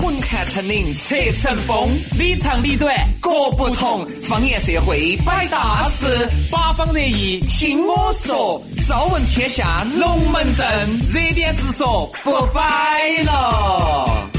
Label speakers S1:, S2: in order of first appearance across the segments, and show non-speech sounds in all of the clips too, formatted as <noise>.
S1: 混看成岭侧成峰，里长里短各不同。方言社会摆大事，八方热议听我说。朝闻天下龙门阵，热点直说不摆了。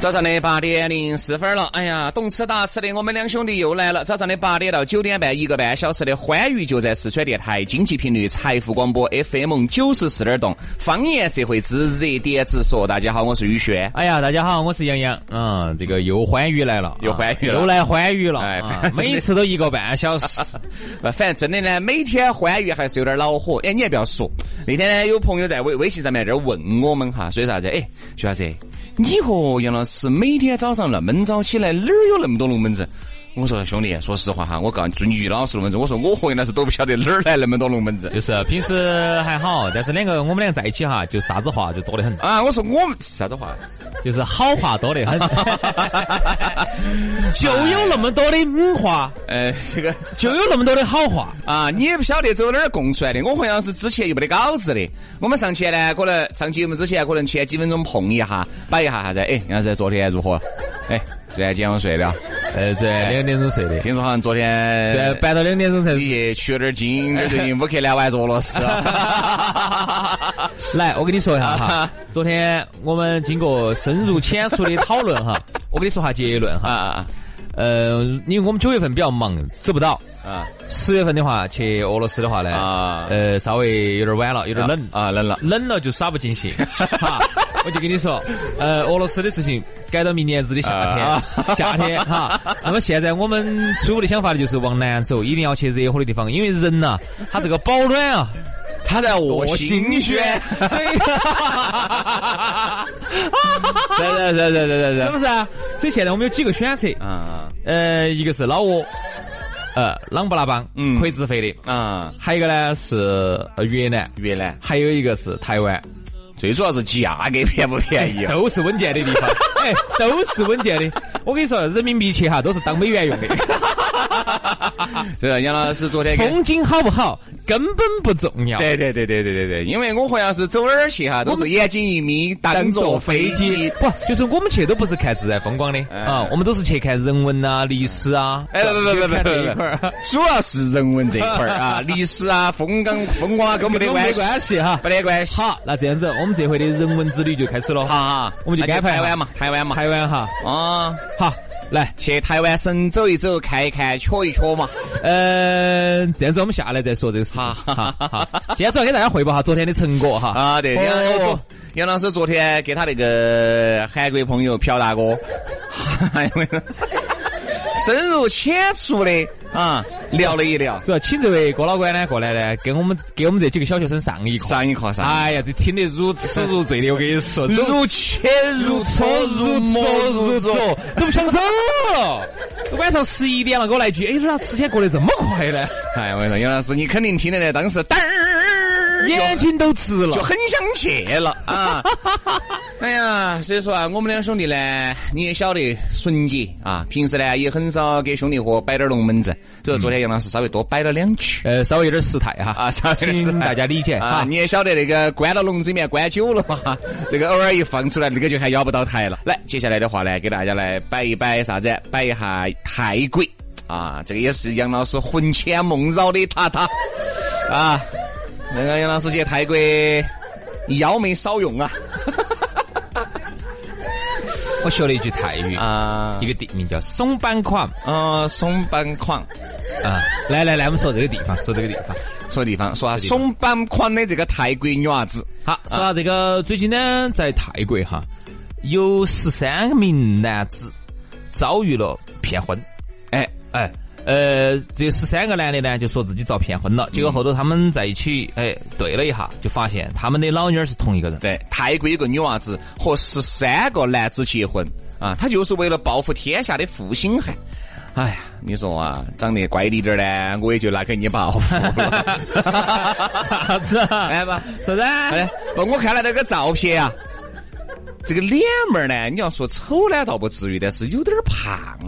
S2: 早上的八点零四分了，哎呀，懂吃达吃的我们两兄弟又来了。早上的八点到九点半，一个半小时的欢愉就在四川电台经济频率财富广播 FM 九十四点洞，方言社会之热点直说。大家好，我是宇轩。
S3: 哎呀，大家好，我是杨洋。嗯，这个又欢愉来了，
S2: <laughs> 又欢愉了
S3: 啊又来欢愉了。
S2: 哎
S3: 啊
S2: <laughs> 反正
S3: 每次都一个半小
S2: <laughs>
S3: 时。
S2: 呃，反正真的呢，每天欢愉还是有点恼火。哎，你还不要说，那天呢有朋友在微微信上面在这儿问我们哈，说啥子？哎，徐老师，你和杨老师每天早上那么早起来，哪儿有那么多龙门阵？我说兄弟，说实话哈，我告诉你，做你于老师龙门阵，我说我和杨老师都不晓得哪儿来那么多龙门阵
S3: 就是平时还好，但是两个我们两个在一起哈，就啥子话就多得
S2: <laughs>
S3: 很，
S2: 啊！我说我们啥子话？
S3: 就是好话多
S2: <laughs>
S3: 得很，就有那么多的母话，
S2: 呃，这个
S3: 就有那么多的好话。
S2: 啊，你也不晓得走哪儿供出来的。我和杨老师之前又没得稿子的，我们上前呢，可能上节目之前，可能前几分钟碰一下，摆一下啥子？哎，杨老师昨天如何？哎，昨天几点钟睡的？
S3: 呃，
S2: 哎
S3: 在两点钟睡的，
S2: 听说好像昨
S3: 在
S2: 天
S3: 搬到两点钟才睡。
S2: 你取了点经，最近乌克兰玩俄罗 <laughs> 斯。哎啊
S3: 来，我跟你说一下哈，昨天我们经过深入浅出的讨论哈，我跟你说下结论
S2: 啊
S3: 哈。
S2: 啊
S3: 呃，因为我们九月份比较忙，走不到。
S2: 啊
S3: 十月份的话，去俄罗斯的话呢，
S2: 啊
S3: 呃，稍微有点晚了，有点冷，
S2: 啊！冷了，
S3: 冷了就耍不
S2: <laughs>
S3: 尽兴。哈，我就跟你说，呃，俄罗斯的事情改到明年子的夏天，
S2: 啊
S3: 夏天哈。那么现在我们初步的想法呢，就是往南走，一定要去热乎的地方，因为人呐、他这个保暖啊。
S2: <laughs> 他在我心轩。
S3: 所以， <laughs>
S2: 是是是是是
S3: 是不
S2: 是。
S3: 是啊？所以现在我们有几个选择，
S2: 啊
S3: 呃，一个是老挝，呃，琅勃拉邦，
S2: 嗯
S3: 可以自费的；
S2: 啊！
S3: 还有一个呢是呃越南，
S2: 越南
S3: 还有一个是台湾，
S2: 最主要是价格便不便 <laughs> 宜啊？
S3: 都是稳健的地方，哎，都是稳健的。我跟你说，人民币去哈都是当美元
S2: <laughs>
S3: 用的，
S2: 是杨老师昨天跟
S3: 风景好不好根本不重要。
S2: 对对对对对对对，因为我好像是走哪儿去哈，都是眼睛一眯当坐飞机。
S3: 不，就是我们去都不是看自然风光的
S2: 哎
S3: 啊，我们都是去看人文啊、历史啊，
S2: 哎，不不不不
S3: 看
S2: 不
S3: 这一块
S2: 不
S3: 儿。
S2: 不，主要是人文这一块儿啊，历史啊、风光风光啊，跟我们
S3: 跟我们
S2: 没得关
S3: 没
S2: 系，
S3: 关系哈。
S2: 没得关系。
S3: 好，那这样子，我们这回的人文之旅就开始了。
S2: 好，好，
S3: 我们就
S2: 那
S3: 安排
S2: 台
S3: 哈
S2: 湾嘛，台湾嘛，
S3: 台湾哈，
S2: 啊，
S3: 好，来，
S2: 去台湾省走一走，看一看，瞧一瞧嘛。
S3: 嗯，这样子我们下来再说这个事情。
S2: 好
S3: 哈，好，今天主要给大家汇报哈昨天的成果哈。
S2: 啊，对，杨
S3: 哦
S2: 杨杨老师昨天给他那个韩国朋友朴大哥，深入浅出的啊聊了一聊，
S3: 主要请这位郭老官呢过来呢，给我们给我们这几个小学生上一课。
S2: 上一课上一课。
S3: 哎呀，这听得如痴如醉的，我跟你说，都
S2: 啊如切如磋，如
S3: 如
S2: 磨
S3: 琢
S2: 如琢。，
S3: 都不想走了。晚上十一点了，给我来一句，哎，你说咋时间过得这么快呢？
S2: 哎，我跟你说，杨老师，你肯定听得来，当时嘚儿
S3: 眼睛都直了
S2: 就。很想去了 <laughs> 啊！哎呀，所以说啊，我们两兄弟呢，你也晓得，纯洁啊，平时呢也很少给兄弟伙摆点龙门阵，所以昨天杨老师稍微多摆了两句。
S3: 呃，稍微有点失态哈
S2: 啊 <laughs> 稍微有点失态
S3: 请大家理解
S2: 啊，
S3: 哈。
S2: 你也晓得那个关到笼子里面
S3: <laughs>
S2: 关久了嘛，这个偶尔一放出来，那个就还摇不到台了。来，接下来的话呢，给大家来摆一摆啥子？摆一下泰国啊，这个也是杨老师魂牵梦绕的他他啊。那个杨老师去泰国腰没少用啊
S3: 我学了一句泰语，
S2: 啊
S3: 一个地名叫松板矿
S2: 呃，松板狂，
S3: 啊。来来来，我们说这个地方，说这个地方。
S2: 说地方，说下
S3: 地方
S2: 松板狂的这个泰国女娃子，
S3: 好，说到这个，最近呢，在泰国哈，有十三名男子遭遇了骗婚。
S2: 哎，
S3: 哎，呃，这十三个男的呢，就说自己遭骗婚了。结果后头他们在一起，哎，对了一下，就发现他们的老妞儿是同一个人。。
S2: 对，泰国有个女娃子和十三个男子结婚啊，她就是为了报复天下的负心汉。哎呀，你说啊，长得乖滴点儿呢，我也就拿给你报复
S3: 啥
S2: 了
S3: 子
S2: <laughs>
S3: 啊
S2: 哎吧，
S3: 啥子啊？
S2: 哎，不，我看了那个照片啊，这个脸门儿呢，你要说丑呢，倒不至于，但是有点儿胖，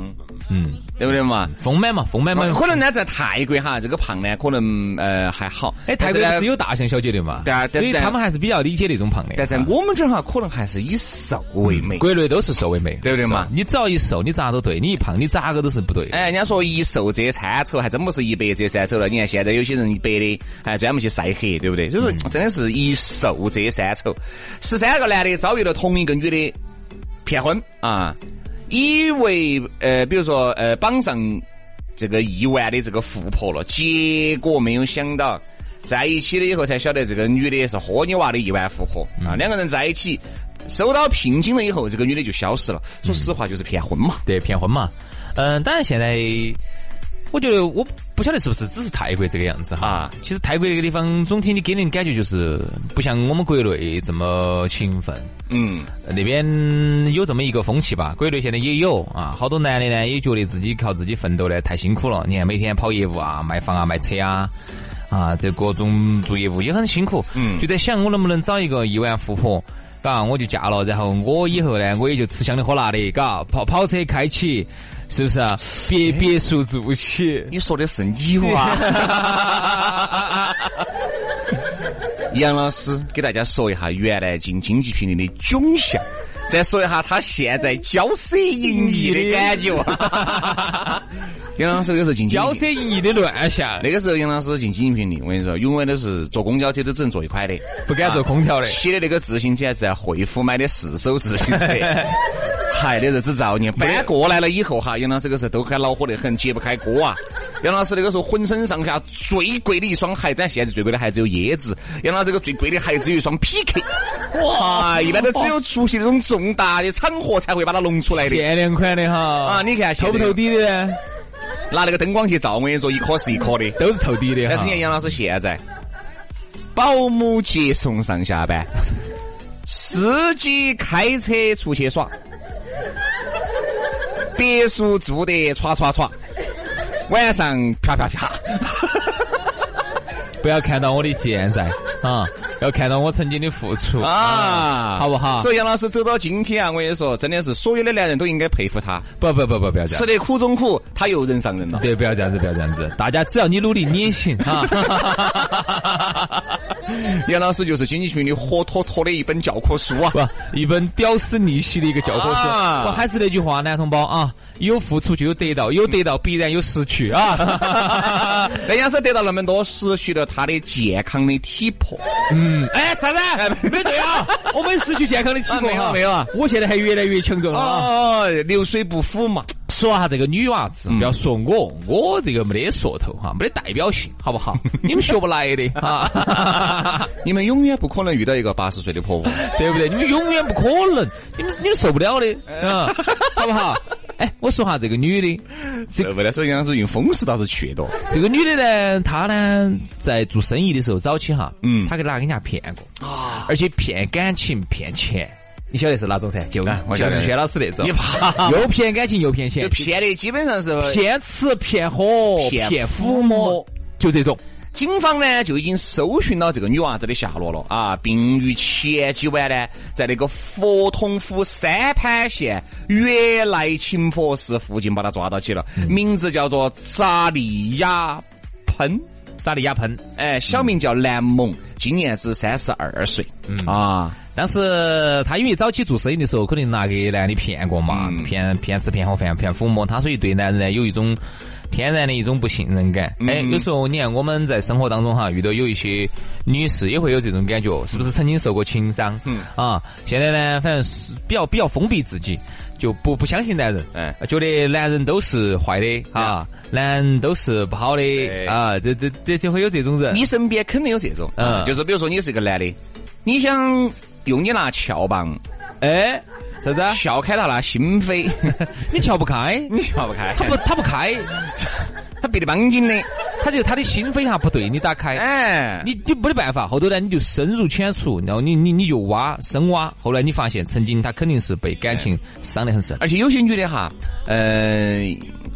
S3: 嗯，
S2: 对不对嘛？
S3: 丰满嘛，丰满嘛。
S2: 可能呢，在泰国哈，这个胖呢，可能呃还好。
S3: 哎，泰国
S2: 但
S3: 人
S2: 是
S3: 是
S2: 呢，
S3: 有大象小姐的嘛，
S2: 对啊
S3: 所
S2: 但是
S3: 以
S2: 在
S3: 他们还是比较理解那种胖的。
S2: 但在
S3: 啊
S2: 我们这儿哈，可能还是以瘦为美。
S3: 国内都是瘦为美，
S2: 对不对嘛
S3: 是吧你只要一瘦，你咋都对；你一胖，你咋个都是不对。
S2: 哎，人家说一瘦遮三丑，还真不是一白遮三丑了。你看现在有些人一白的，还专门去晒黑，对不对？所以说，真的是一瘦遮三丑。十三个男的遭遇了同一个女的骗婚啊，以为呃，比如说呃，绑上这个亿万的这个富婆了，结果没有想到。在一起了以后才晓得，这个女的是豁你娃的亿万富婆啊！两个人在一起，收到聘金了以后，这个女的就消失了。说实话，就是骗婚嘛。
S3: 对，骗婚嘛。嗯，当然现在，我觉得我不晓得是不是只是泰国这个样子哈。
S2: 啊
S3: 其实泰国这个地方总体你给人感觉就是不像我们国内这么勤奋。
S2: 嗯，
S3: 呃那边有这么一个风气吧，国内现在也有啊，好多男的呢也觉得自己靠自己奋斗呢太辛苦了，你看每天跑业务啊、卖房啊、卖车啊，啊，这各种做业务也很辛苦，
S2: 嗯
S3: 就在想我能不能找一个亿万富婆。嘎，我就嫁了，然后我以后呢，我也就吃香的喝辣的，嘎，跑跑车开起，是不是啊？别别墅住起，
S2: 你说的是你 <laughs> 啊
S3: <laughs>
S2: 哇？杨老师给大家说一下原来进经济频率的囧相，再说一下他现在骄奢淫逸
S3: 嗯
S2: 的感觉。 <laughs> 杨老师那个时候进经济
S3: 骄
S2: 频率
S3: 奢淫逸的哎乱象，
S2: 那个时候杨老师进经济频率，我跟你说，永远都是坐公交车都只能坐一块的，
S3: 不敢坐空调的。
S2: 骑的那个自行车还是在惠府买的四手自行车。害的日子造孽，搬过来了以后哈，杨老师那个时候都开恼火得很，揭不开锅啊。杨老师那个时候浑身上下最贵的一双鞋子，现在最贵的还只有椰子。杨老师这个最贵的还只有一双 PK，哇，一般都只有出席那种重大的场合才会把它弄出来的
S3: 限量款的哈，
S2: 啊。你看，
S3: 透不透？底的呢？
S2: 拿那个灯光去照，我跟你说，一颗是一颗的。
S3: 都是透底的哈。
S2: 但是你看杨老师现在，保姆接送上下班，司机开车出去耍，别墅住得歘歘歘，晚上啪啪啪。
S3: 不要看到我的现在啊，要看到我曾经的付出
S2: 啊，
S3: 好不好
S2: 所以杨老师走到今天啊，我跟你说，真的是所有的男人都应该佩服他，
S3: 不不不不，不要这
S2: 吃
S3: 样。
S2: 得苦中苦，他又人上人了。
S3: 对，不要这样子，不要这样子。大家只要你努力，你也行啊！ <laughs>
S2: 杨老师就是经济群里活脱脱的一本教科书
S3: <laughs>
S2: 啊。
S3: 不，一本屌丝逆袭的一个教科书。
S2: 啊
S3: 我还是那句话，男同胞啊，有付出就有得到，有得到必然有失去
S2: <laughs>
S3: 啊！
S2: 那杨老师得到那么多，失去了他的健康的体魄。
S3: 嗯， <laughs> 哎，啥子？没对啊，我没失去健康的体
S2: 啊
S3: 魄
S2: 没有
S3: 哈
S2: 没有啊，
S3: 我现在还越来越强壮了啊！
S2: 哦，流水不腐嘛。
S3: 说下这个女娃子，
S2: 嗯
S3: 不要说我，我这个没得说头哈，没得代表性，好不
S2: <laughs>
S3: 好？你们学不来的啊，
S2: 你们永远不可能遇到一个八十岁的婆婆。
S3: <laughs> 对不对？你们永远不可能，你们你们受不了的
S2: 哎
S3: 啊，好不
S2: <laughs>
S3: 好？哎，我说下这个女的，
S2: 这为了说杨老师用风势倒是去的。
S3: 这个女的呢，她呢在做生意的时候早期哈，
S2: 嗯
S3: 她给拿给人家骗过啊，而且骗感情骗钱，你晓得是哪种噻？就
S2: 哎我
S3: 就
S2: 晓得
S3: 是薛老师那种，
S2: 你怕
S3: <laughs> 又骗感情又骗钱
S2: 就，骗的基本上是
S3: 骗吃骗喝
S2: 骗
S3: 骗抚
S2: 抚
S3: 摸
S2: 摸，
S3: 就这种。
S2: 警方呢就已经搜寻到这个女娃子的下落了啊，并于前几晚呢，在那个佛统府三盘县悦来勤佛寺附近把她抓到起了，名字叫做扎利亚喷。
S3: 打的牙喷，
S2: 哎，小名叫蓝萌，今年是三十二岁。啊，
S3: 但是他因为早期做生意的时候，肯定拿给男的骗过嘛，
S2: 嗯
S3: 骗骗吃骗喝骗骗抚摸，他所以对男人呢有一种天然的一种不信任感。
S2: 嗯
S3: 哎，有时候你看我们在生活当中哈，遇到有一些女士也会有这种感觉，是不是曾经受过情伤？
S2: 嗯
S3: 啊，现在呢，反正是比较比较封闭自己，就不不相信男人，
S2: 哎
S3: 觉得男人都是坏的啊，男人都是不好的
S2: 对
S3: 啊，这这这就会有这种人。
S2: 你身边肯定有这种，
S3: 嗯
S2: 就是比如说你是一个男的，你想用你那撬棒
S3: 哎，啥子啊？
S2: 撬开他那心
S3: <laughs>
S2: 扉，
S3: 你瞧不开？
S2: 你撬不开
S3: 他不，他不开， <laughs>
S2: 他别得帮紧的，
S3: 他就他的心扉哈不对，你打开，
S2: 哎，
S3: 你你没得办法，后头呢你就深入浅出，然后你你你就挖深挖，后来你发现曾经他肯定是被感情伤得很深，
S2: 而且有些女的哈，呃，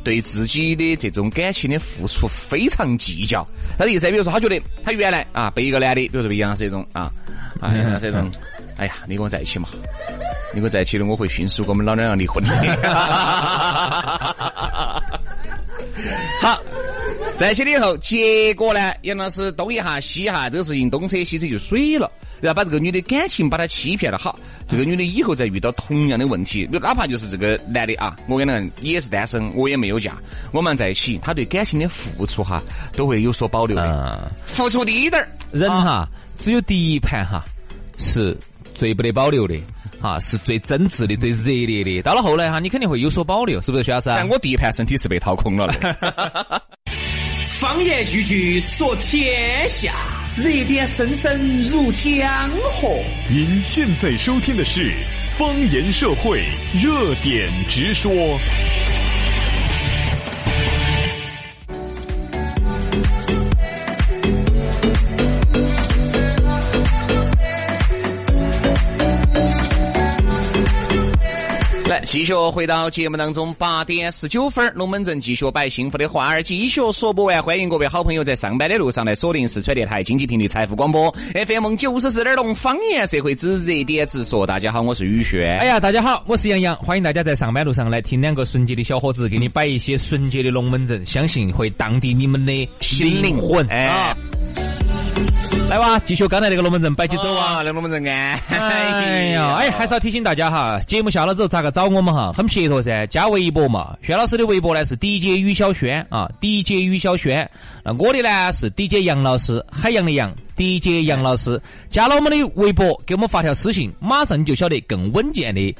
S2: 对自己的这种感情的付出非常计较。她的意思，比如说，她觉得她原来啊被一个男的，比如说被杨老师这种啊，啊
S3: 嗯
S2: 杨老师这种，哎呀，你跟我在一起嘛，你跟我在一起了，我会迅速跟我们老娘要离 <laughs> 婚的。好，在一起了以后，结果呢，杨老师东一下西一下，这个事情东扯西扯就水了，然后把这个女的感情把她欺骗了。好，这个女的以后再遇到同样的问题，就哪怕就是这个男的啊，我跟那个也是单身，我也没有嫁，我们在一起，他对感情的付出哈都会有所保留的，
S3: 嗯，
S2: 付出低点儿。
S3: 人
S2: 啊
S3: 哈只有第一盘哈是最不得保留的。啊，是最真挚的、最热烈的。到了后来哈，你肯定会有所保留，是不是，薛老师啊？
S2: 但哎我第一盘身体是被掏空了的。
S1: 方言句句说天下，热点声声入江河。
S4: 您现在收听的是方言社会热点直说。
S2: <laughs> 来，继续回到节目当中，八点十九分儿，龙门阵继续摆幸福的话儿，继续说不完。欢迎各位好朋友在上班的路上来锁定四川电台经济频率财富广播 FM 九十四点零，方言社会之热点直说。大家好，我是宇轩。
S3: 哎呀，大家好，我是杨洋，欢迎大家在上班路上来听两个纯洁的小伙子给你摆一些纯洁的龙门阵，相信会荡涤你们的
S2: 心灵
S3: 魂。
S2: 哎
S3: 啊，来哇，继续刚才那个龙门阵摆起走
S2: 走
S3: 啊！
S2: 啊，那龙门阵安。
S3: 哎呀，
S2: <laughs>
S3: 哎，还是要提醒大家哈，节目下了之后咋个找我们哈？很撇脱噻，加微博嘛。薛老师的微博呢是 DJ 于小轩啊，DJ 于小轩。那我的呢是 DJ 杨老师，海洋的洋，DJ 杨老师。加了我们的微博，给我们发条私信，马上你就晓得更稳健的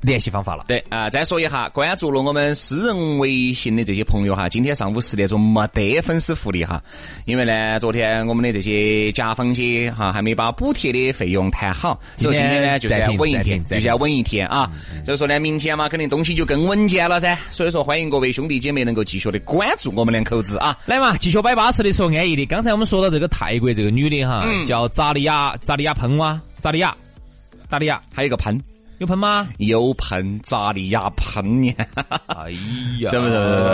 S3: 联系方法了。
S2: 对啊、再说一下，关注了我们私人微信的这些朋友哈，今天上午十点钟没得粉丝福利哈，因为呢，昨天我们的这些甲方些哈还没把补贴的费用谈好，所以今天呢
S3: 今天
S2: 就是要
S3: 再听
S2: 稳一
S3: 再
S2: 天
S3: 听，再
S2: 就是
S3: 听
S2: 要稳一天啊。所以说呢，明天嘛，肯定东西就更稳健了噻。所以说，欢迎各位兄弟姐妹能够继续的关注我们两口子啊。
S3: 来嘛，继续摆巴适的说安逸的。刚才我们说到这个泰国这个女的哈，
S2: 嗯
S3: 叫扎利亚扎利亚喷哇，扎利亚扎利亚
S2: 还有一个喷，
S3: 有喷吗？
S2: 油喷咋的呀？喷 <laughs> 呀！
S3: 哎呀啊
S2: 怎么怎么怎么？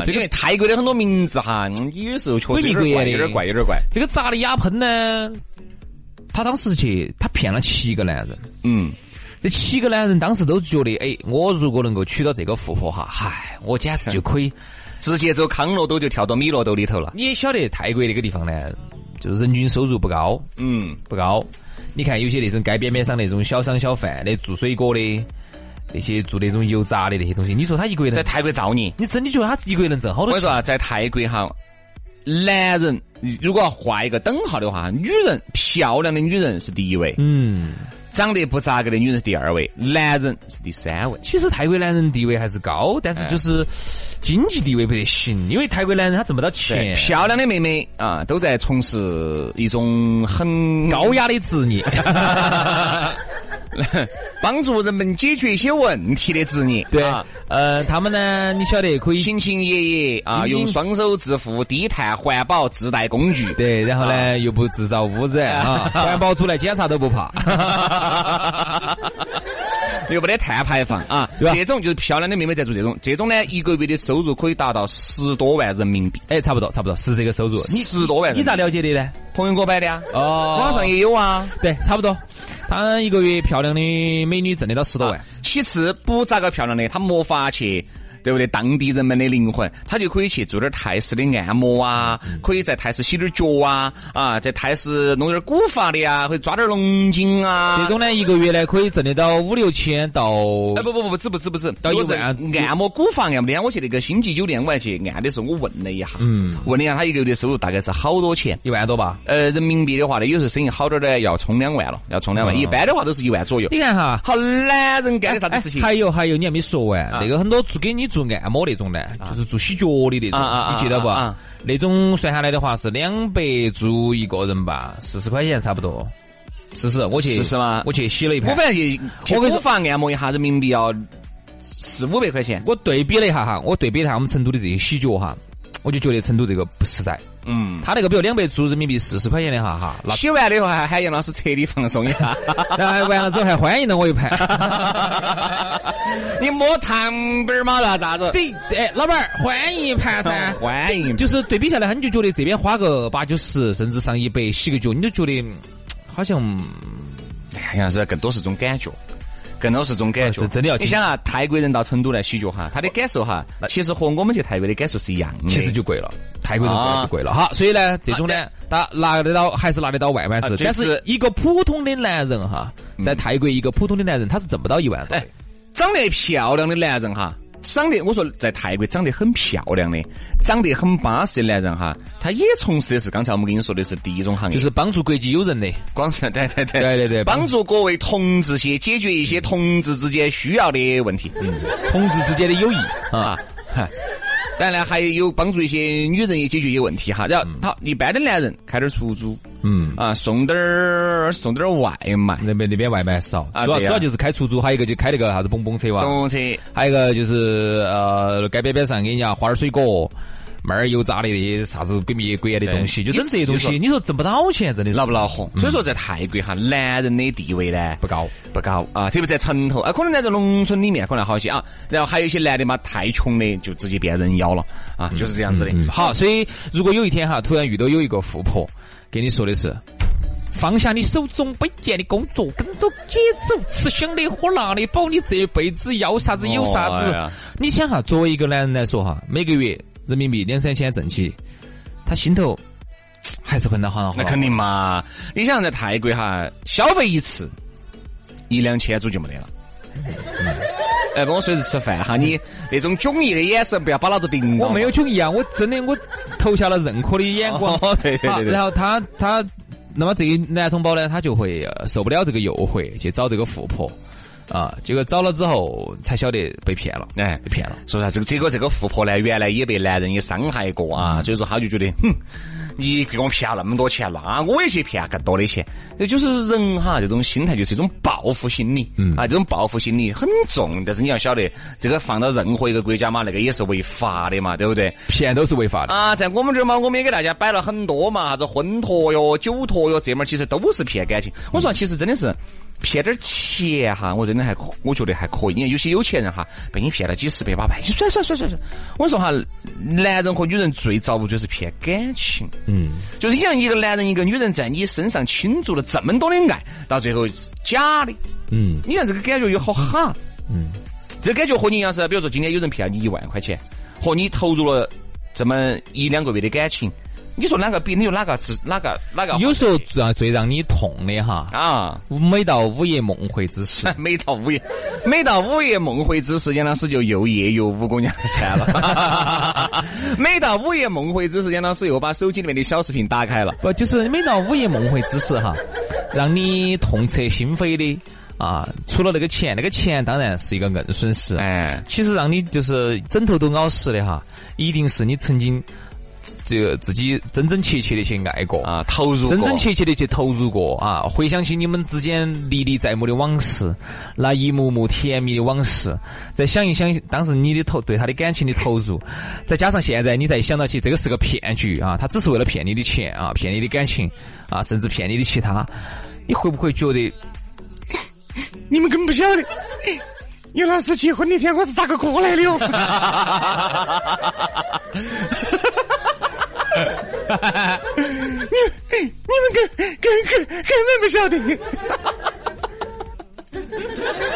S2: 啊这个泰国的很多名字哈，嗯有时候确实有点怪，有点怪，有点怪。
S3: 这个扎利亚喷呢，他当时去，他骗了七个男人，
S2: 嗯。
S3: 这七个男人当时都觉得，哎，我如果能够娶到这个富婆哈，嗨，我简直就可以。
S2: 直接走康乐兜就跳到米乐兜里头了。
S3: 你也晓得泰国那个地方呢，就是人均收入不高，
S2: 嗯，
S3: 不高。你看有些那种街边边上那种小商小贩的做水果的，那些做那种油炸的那些东西，你说他一个
S2: 在
S3: 人，
S2: 泰国造孽。
S3: 你真的觉得他一个人挣好
S2: 我
S3: 多
S2: 跟你
S3: 钱？
S2: 说啊，在泰国哈，男人如果要画一个等号的话，女人漂亮的女人是第一位，
S3: 嗯，
S2: 长得不咋个的女人是第二位，男人是第三位。
S3: 其实泰国男人地位还是高，但是
S2: 哎
S3: 就是经济地位不得行，因为泰国男人他挣不到
S2: 对，
S3: 钱，
S2: 漂亮的妹妹啊，都在从事一种 <laughs> 很
S3: 高雅的职业。
S2: 帮助人们解决一些问题的职业。
S3: 对
S2: 啊，
S3: 呃，他们呢，你晓得可以
S2: 勤勤业业啊，
S3: 勤勤
S2: 用双手致富，低碳环保自带工具。
S3: 对，然后呢又不制造污染啊，环保组来检查都不怕。
S2: <laughs> 又没得碳排放啊，
S3: 对吧
S2: 这种就是漂亮的妹妹在做这种，这种呢一个月的收入可以达到十多万人民币，
S3: 哎，差不多，差不多是这个收入。你
S2: 十多万人
S3: 你
S2: 民币，
S3: 咋了解的呢？
S2: 朋友给我摆的啊？
S3: 哦
S2: 网上也有啊。
S3: 对，差不多。他一个月漂亮的美女挣得到十多万
S2: 啊，其次不咋个漂亮的，她没法去。对不对？当地人们的灵魂，她就可以去做点泰式的按摩啊，可以在泰式洗点脚啊，啊，在泰式弄点古法的呀、啊，会抓点龙筋啊。
S3: 这种呢一个月呢可以挣得到五六千到。
S2: 哎，不不不不，止不止不止，
S3: 到一
S2: 我是
S3: 万
S2: 按摩古房按摩的，我去那个星级酒店，我还去按的时候，我问了一下，嗯，问了一下他一个月的收入大概是好多钱。
S3: 一万多吧，
S2: 呃，人民币的话呢，有时候生意好点儿的要冲两万了，要冲两万，
S3: 嗯
S2: 一般的话都是一万左右。
S3: 你看哈，
S2: 好，男人干的啥子
S3: 哎
S2: 事情？
S3: 还有还有，你还没说完，
S2: 啊
S3: 那个很多做给你做按摩那种呢，就是做洗脚的那
S2: 啊啊啊
S3: 种，你记得不
S2: 啊啊？
S3: 那种算下来的话是两百铢一个人吧，四十块钱差不多。四十，我去
S2: 40嘛
S3: 我去洗了一
S2: 我
S3: 盘。
S2: 反正去去
S3: 哎我跟你
S2: 古
S3: 说
S2: 房按摩一下，人民币要四五百块钱。
S3: 我对比了一下哈，我对比了一下我们成都的这些洗脚哈，我就觉得成都这个不实在。
S2: 嗯，
S3: 他那个比如两百出人民币四十块钱的哈哈，
S2: <laughs>
S3: 那
S2: 洗完了以后还喊杨老师彻底放松一下。 <laughs>
S3: 然哎后完了之后还欢迎了我一盘。 <laughs>
S2: 你摸糖饼儿嘛那咋
S3: <laughs>
S2: 子？
S3: 对，哎，老板儿欢迎一盘噻。
S2: 欢迎，
S3: 就是对比下来，你就觉得这边花个八九十，甚至上一百洗个脚，你就觉得嗯好像嗯
S2: 嗯哎呀，是更多是种感觉。更多是种感
S3: 哦
S2: 觉，
S3: 这真的要哦
S2: 你想啊，泰国人到成都来洗脚哈，他的感受哈，其实和我们去泰国的感受是一样的。
S3: 其实就贵了，泰国人贵
S2: 啊
S3: 就贵了哈。所以呢，这种呢，他拿得到还是拿得到万万
S2: 啊
S3: 字，
S2: 这
S3: 但
S2: 是嗯
S3: 是一个普通的男人哈，在泰国一个普通的男人他是挣不到一万多的
S2: 哎。，长得漂亮的男人哈，长得我说在泰国长得很漂亮的，长得很巴适的男人哈，他也从事的是刚才我们跟你说的是第一种行业，
S3: 就是帮助国际友人的，
S2: 光是对对对
S3: 对对嗯对
S2: 帮助各位同志些解决一些同志之间需要的问题。
S3: 嗯同志之间的友谊啊
S2: <laughs> 啊。哈当然呢，还有帮助一些女人也解决一些问题哈。然后，好，一般的男人开点出租
S3: 嗯，
S2: 啊，送点儿送点儿外卖，
S3: 那边那边外卖少，
S2: 啊
S3: 主要主
S2: 对呀
S3: 要就是开出租，还有一个就开那个啥子蹦蹦车哇，
S2: 动车
S3: 还有一个就是呃，街边边上给人家花点水果，卖点油炸的那些啥子鬼迷鬼眼的东西，就
S2: 对
S3: 整这些东
S2: 你
S3: 西，
S2: 说
S3: 你说挣不到钱，真的是
S2: 恼不恼火？所以说，在泰国哈，男人的地位呢
S3: 不高。
S2: 不高啊，特别在城头啊，可能在这农村里面可能好一些啊。然后还有一些男的嘛，太穷的就直接变人妖了啊，就是这样子的。
S3: 嗯好，所以如果有一天哈，突然遇到有一个富婆跟你说的是。放下你手中卑贱的工作，跟着姐走，吃香的喝辣的，保你这辈子要啥子有啥子。
S2: 哦哎呀
S3: 你想哈，作为一个男人来说哈，每个月人民币两三千挣起，他心头嘖还是很恼火恼火。
S2: 那肯定嘛，你想在泰国哈，消费一次一两千铢就没得了。哎，跟我随时吃饭哈，你那种迥异的眼神不要把老子盯到。
S3: 我没有迥异啊，我真的我投下了认可的眼光。
S2: 哦，对对
S3: 好
S2: 对对
S3: 然，后他他，那么这个男同胞呢，他就会呃受不了这个诱惑，去找这个富婆，啊，结果找了之后才晓得被骗了，
S2: 哎
S3: 被骗了。
S2: 说啥？这个结果这个富婆呢，原来也被男人也伤害过啊，所以说她就觉得，哼，你给我骗了那么多钱，那我也去骗更多的钱。这就是人哈，这种心态就是一种报复心理，嗯啊，这种报复心理很重，但是你要晓得，这个放到任何一个国家嘛，那个也是违法的嘛，对不对？
S3: 骗都是违法的，
S2: 啊，在我们这儿嘛，我们也给大家摆了很多嘛，啥子婚托哟、酒托哟，这门儿其实都是骗感情。我说啊，其实真的是骗点儿钱哈，我真的还可我觉得还可以。你看有些有钱人哈，被你骗了几十百八百，你算算算算算。我说哈，男人和女人最遭不就是骗感情。
S3: 嗯，
S2: 就是你像一个男人一个女人在你身上倾注了这么多的爱，到最后是假的。
S3: 嗯，
S2: 你看这个感觉有好哈，嗯，这感觉和你一样是，比如说今天有人骗你一万块钱，和你投入了这么一两个月的感情，你说哪个比？你说哪个是哪个哪个？
S3: 有时候最让最让你痛的哈，
S2: 啊，，
S3: 每到午夜梦回之 <laughs> 时
S2: 每到午夜，每到午夜梦回之时，杨老师就又夜游五姑娘山了。 <laughs> 每到午夜梦回之时，杨老师又把手机里面的小视频打开了。
S3: 不就是每到午夜梦回之时哈，让你痛彻心扉的啊，除了那个钱，那个钱当然是一个硬损失，啊
S2: 哎，
S3: 其实让你就是枕头都咬实的哈，一定是你曾经这个自己真真切切的去爱过，
S2: 啊，投入
S3: 真真
S2: 过
S3: 切切的去投入过啊，回想起你们之间历历在目的往事，那一幕幕甜蜜的往事，再想一想当时你的投对他的感情的投入， <laughs> 再加上现在你再想到起这个是个骗局啊，他只是为了骗你的钱啊，骗你的感情啊，甚至骗你的其他，你会不会觉得
S2: 你们根本不晓得，哎杨老师结婚那天我是咋个过来的哟？你你们根根根根本不晓得。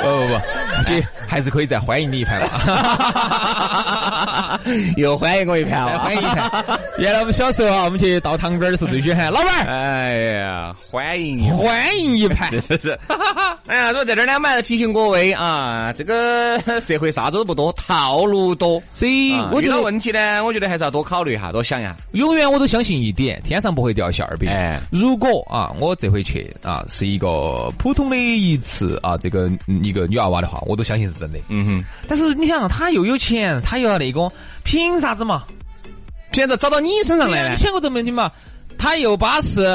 S3: 哦不不，姐还是可以再欢迎你一盘吧。
S2: <laughs> 又哎欢迎我一啊盘
S3: 来欢迎一盘。哎原来我们小时候啊，我们去倒汤边儿的时候最喜欢喊老板儿
S2: 哎呀，欢迎你！
S3: 欢迎一盘。
S2: 是是，哎呀，说在这儿呢，我们还是提醒各位啊，这个社会啥子都不多，套路多。
S3: 所以
S2: 啊
S3: 嗯我
S2: 遇
S3: 觉
S2: 到
S3: 得
S2: 问题呢，我觉得还是要多考虑一下，多想一下。
S3: 永远我都相信一点，天上不会掉馅儿饼。
S2: 哎
S3: 如果啊，我这回去啊是一个普通的一次啊，这个嗯一个女娃娃的话，我都相信是真的。
S2: 嗯哼，
S3: 但是你想，她又有钱，她又要那个，凭啥子嘛？
S2: 现在找到你身上
S3: 对
S2: 来
S3: 啊
S2: 了
S3: 你。想过这个问题嘛？她又巴适，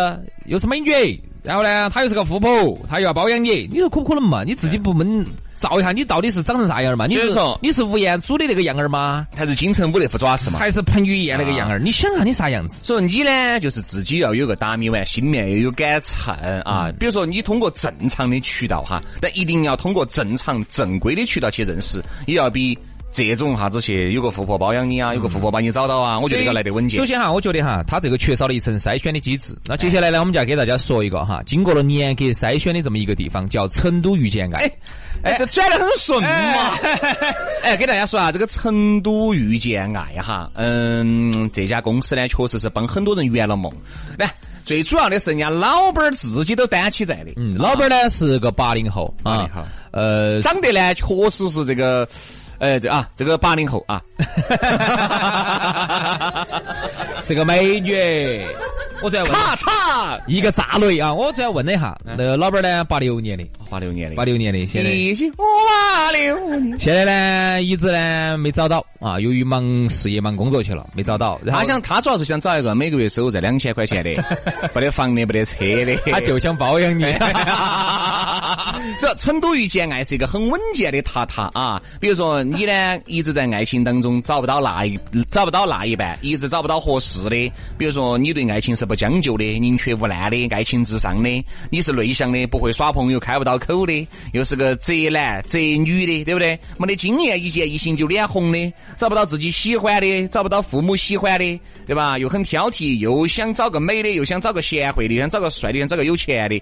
S3: 又是美女，然后呢，她又是个富婆，她又要包养你，你说可不可能嘛？你自己不闷，照一下你到底是长成啥样儿嘛？你
S2: 就是是说
S3: 你是吴彦祖的那个样儿吗？
S2: 还是金城武那副爪子嘛。
S3: 还是彭于晏那个样儿？你想啊，你啥样子？
S2: 所以你呢，就是自己要有个打米碗，心里面要有杆秤啊。比如说，你通过正常的渠道哈，但一定要通过正常正规的渠道去认识，也要比这种啥子去有个富婆包养你啊，有个富婆把你找到啊，我觉得要来得稳健哎
S3: 首。先哈，我觉得哈，它这个缺少了一层筛选的机制。那接下来呢，我们就要给大家说一个哈，经过了严格筛选的这么一个地方，叫成都遇见爱。
S2: 哎，这转的很顺嘛！ <laughs> 哎，给大家说啊，这个成都遇见爱哈，嗯，这家公司呢，确实是帮很多人圆了梦。来，最主要的是人家老板儿自己都担起在的，
S3: 嗯，老板呢是个八零后
S2: 啊
S3: 啊，呃，
S2: 长得呢，确实是这个，呃，这啊，这个八零后 <laughs> 啊，
S3: 啊
S2: <laughs>
S3: 是个美女。我最要问
S2: 咔嚓，
S3: 一个炸雷啊！我主要问了一下，那个老板呢，八六年的，
S2: 八六年的，
S3: 八六年的，现在
S2: 已经八六年，
S3: 现在呢，一直呢没找到啊，由于忙事业、忙工作去了，没找到。然后
S2: 他想，他主要是想找一个每个月收入在两千块钱的， <laughs> 没得房的，没得车的，
S3: 他
S2: <laughs>
S3: 就想包养你。哎
S2: 这成都遇见爱是一个很稳健的塔塔啊，比如说你呢一直在爱情当中找不到那一找不到那一半，一直找不到合适的。比如说你对爱情是不将就的，宁缺毋滥的，爱情至上的，你是内向的，不会耍朋友，开不到口的，又是个宅男宅女的，对不对？没得经验，一见异性就脸红的，找不到自己喜欢的，找不到父母喜欢的，对吧？又很挑剔，又想找个美的，又想找个贤惠的，又想找个帅的，又想找个有钱的，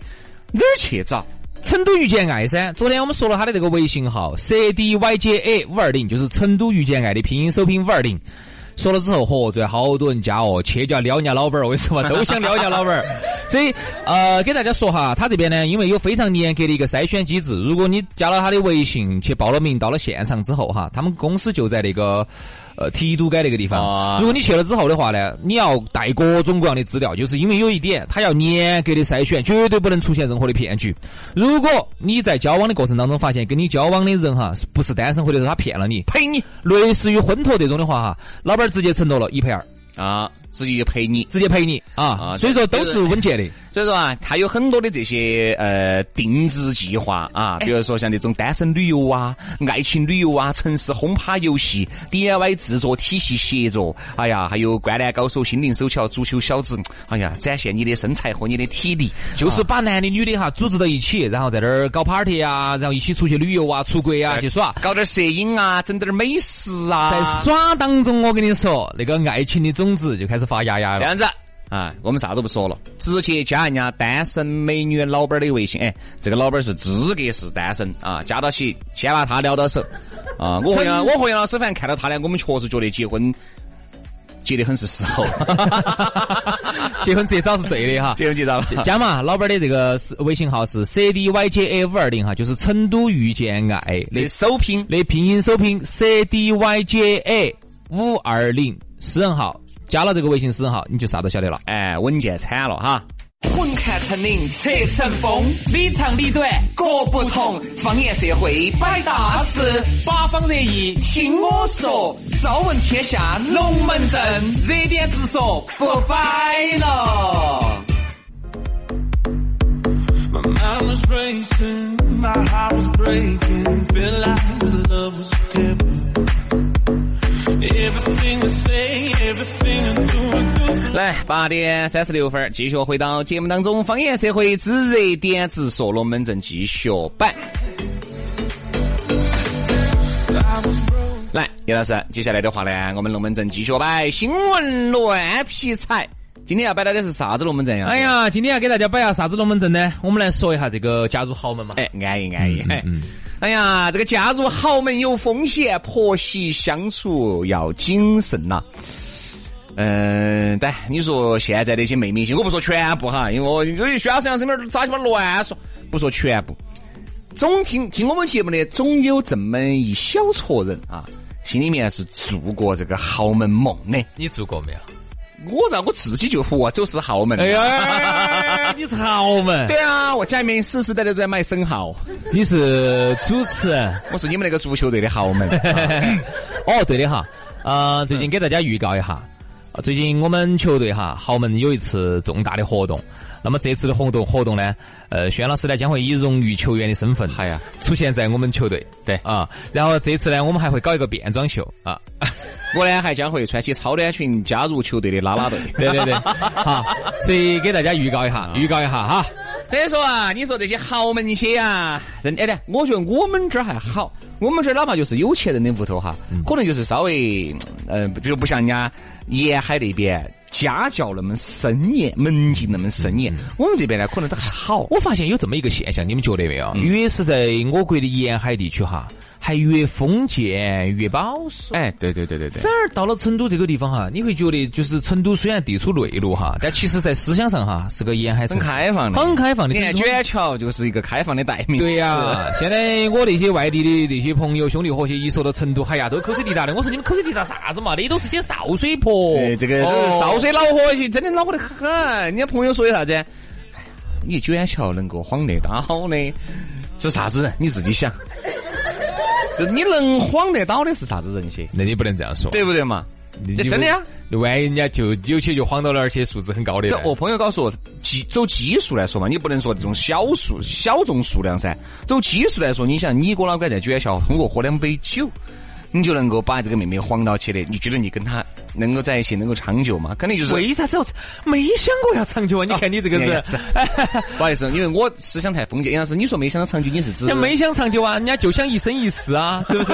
S2: 哪儿去找？
S3: <laughs> 成都遇见爱噻，昨天我们说了他的这个微信号 c d y j a 五二零，就是成都遇见爱的拼音首拼五二零。说了之后，嚯，最好多人加哦，去就要撩人家老板儿，为什么都想撩人家老板儿？所以，呃，给大家说哈，他这边呢，因为有非常严格的一个筛选机制，如果你加了他的微信去报了名，到了现场之后哈，他们公司就在那个。呃，提督街那个地
S2: 啊
S3: 方，如果你去了之后的话呢，你要带各种各样的资料，就是因为有一点，他要严格的筛选，绝对不能出现任何的骗局。如果你在交往的过程当中发现跟你交往的人哈，是不是单身或者是他骗了你，
S2: 陪你
S3: 类似于婚托这种的话哈，老板儿直接承诺了一赔二，
S2: 啊，直接就陪你。
S3: 直接赔你啊，
S2: 啊
S3: 所以说都是稳健的。
S2: 所以说啊，他有很多的这些呃定制计划啊，比如说像那种单身旅游啊、爱情旅游啊、城市轰趴游戏、DIY 制作体系协作，哎呀，还有灌篮高手、心灵手巧、足球小子，哎呀，展现你的身材和你的体力。
S3: 就是把男的女的哈组织到一起，然后在那儿搞 party 啊，然后一起出去旅游啊、出国啊去耍。
S2: 搞点摄影啊，整点美食啊，
S3: 在耍当中，我跟你说，那个爱情的种子就开始发芽芽
S2: <laughs> 这
S3: 了。
S2: 样子。啊，我们啥都不说了，直接加人家单身美女老板儿的微信。哎，这个老板儿是资格是单身啊，加到起，先把他撩到手。啊，我和杨，我和杨老师反正看到他俩，我们确实觉得结婚结得很是时候。 <laughs>
S3: 结婚这招是对的哈。
S2: 结婚结到了，
S3: 加嘛，老板的这个是微信号是 c d y j a 五二零哈，就是成都遇见爱
S2: 那
S3: 的
S2: 首拼
S3: 那拼音首拼 c d y j a 五二零私人号，加了这个微信私人号，你就啥都晓得了。
S2: 哎，稳健惨了哈。
S1: 混看成岭侧成峰，里长里短各不同。方言社会摆大事，八方热议听我说。朝闻天下龙门阵，热点直说不摆了。
S5: My mind was racing, my heart was breaking, felt like the love was different. Everything I say, everything I do, I do for
S2: 来，八点三十六分，继续回到节目当中，方言社会之热点直说龙门阵继续摆。来，叶老师，接下来的话呢，我们龙门阵继续摆新闻乱劈柴。今天要摆到的是啥子龙门阵呀？
S3: 哎，呀，今天要给大家摆下啥子龙门阵呢？我们来说一下这个加入豪门嘛。
S2: 哎，安逸安逸。
S3: 嗯嗯嗯
S2: 哎呀，这个嫁入豪门有风险，婆媳相处要谨慎呐、嗯，但你说现在那些妹妹些，我不说全部哈，因为我因为薛老师身边杂七八糟乱说，不说全部。总听听我们节目的，总有这么一小撮人啊，心里面是做过这个豪门梦的。
S3: 你做过没有？
S2: 我让我自己就活就是豪门。啊
S3: 哎
S1: 哎
S3: 呀，你是豪门，
S2: 对啊，我家里面世世代代都在卖生蚝，
S3: 你是主持人。
S2: 我是你们那个足球队的豪门。啊
S3: 哦，对的哈，呃，
S2: 嗯
S3: 最近啊给大家预告一下，呃最近我们球队哈豪门有一次重大的活动，那么这次的活动活动呢，呃，轩老师呢将会以荣誉球员的身份，
S2: 哎呀，
S3: 出现在我们球队。
S2: 对
S3: 啊，然后这次呢，我们还会搞一个变装秀
S2: <laughs>
S3: 啊。
S2: 我呢还将会穿起超短裙加入球队的啦啦队。
S3: 对对对，好，所以给大家预告一
S2: 啊
S3: 下，预告一下哈。
S2: <laughs> 所以说啊，你说这些豪门些啊，真哎的，我觉得我们这儿还好，我们这儿哪怕就是有钱人的屋头哈，可能就是稍微，嗯、呃，比如不像人家沿海那边家教那么森严，门禁那么森严，我们这边呢可能都还好。
S3: 我发现有这么一个现象，你们觉得没有？
S2: 嗯
S3: 越是在我国的沿海地区哈，还越封建越保守。
S2: 哎，对对对对对
S3: 反，而到了成都这个地方哈，你会觉得就是成都虽然地处内陆哈，但其实在思想上哈是个沿海城
S2: 很
S3: 市，
S2: 开放的，
S3: 很开放的
S2: 你看
S3: 很多
S2: 卷桥就是一个开放的代名词。
S3: 对呀、啊现在我那些外地的那些朋友兄弟伙些，一说到成都，哎呀，都口水滴答的。我说你们口水滴答啥子嘛？那都是些潲水婆
S2: 对，，哎这个
S3: 哦
S2: 潲水恼火气，真的恼火得很。人家朋友说的啥子？哎呀你卷桥能够晃得到的是啥子人？你自己想。就你能晃得到的是啥子人些？
S3: 那你不能这样说，
S2: 对不对嘛？
S3: 你，
S2: 这
S3: 你
S2: 真的呀、啊
S3: 不万一人家就有些就晃到了，而且素质很高的呢，
S2: 我朋友告诉我，基走基数来说嘛，你不能说这种小数小众数量噻。走基数来说，你想你哥老倌在卷校通过喝两杯酒，你就能够把这个妹妹晃到起的，你觉得你跟她能够在一起能够长久吗？肯定就是
S3: 为啥子要没想过要长久啊？你看你这个
S2: 哎呀
S3: 人，
S2: <laughs> 是不好意思，因为我思想太封建。杨老师，你说没想到长久，你是指
S3: 人家
S2: <laughs>
S3: 没想长久啊，人家就想一生一世啊，是不 <laughs> 是？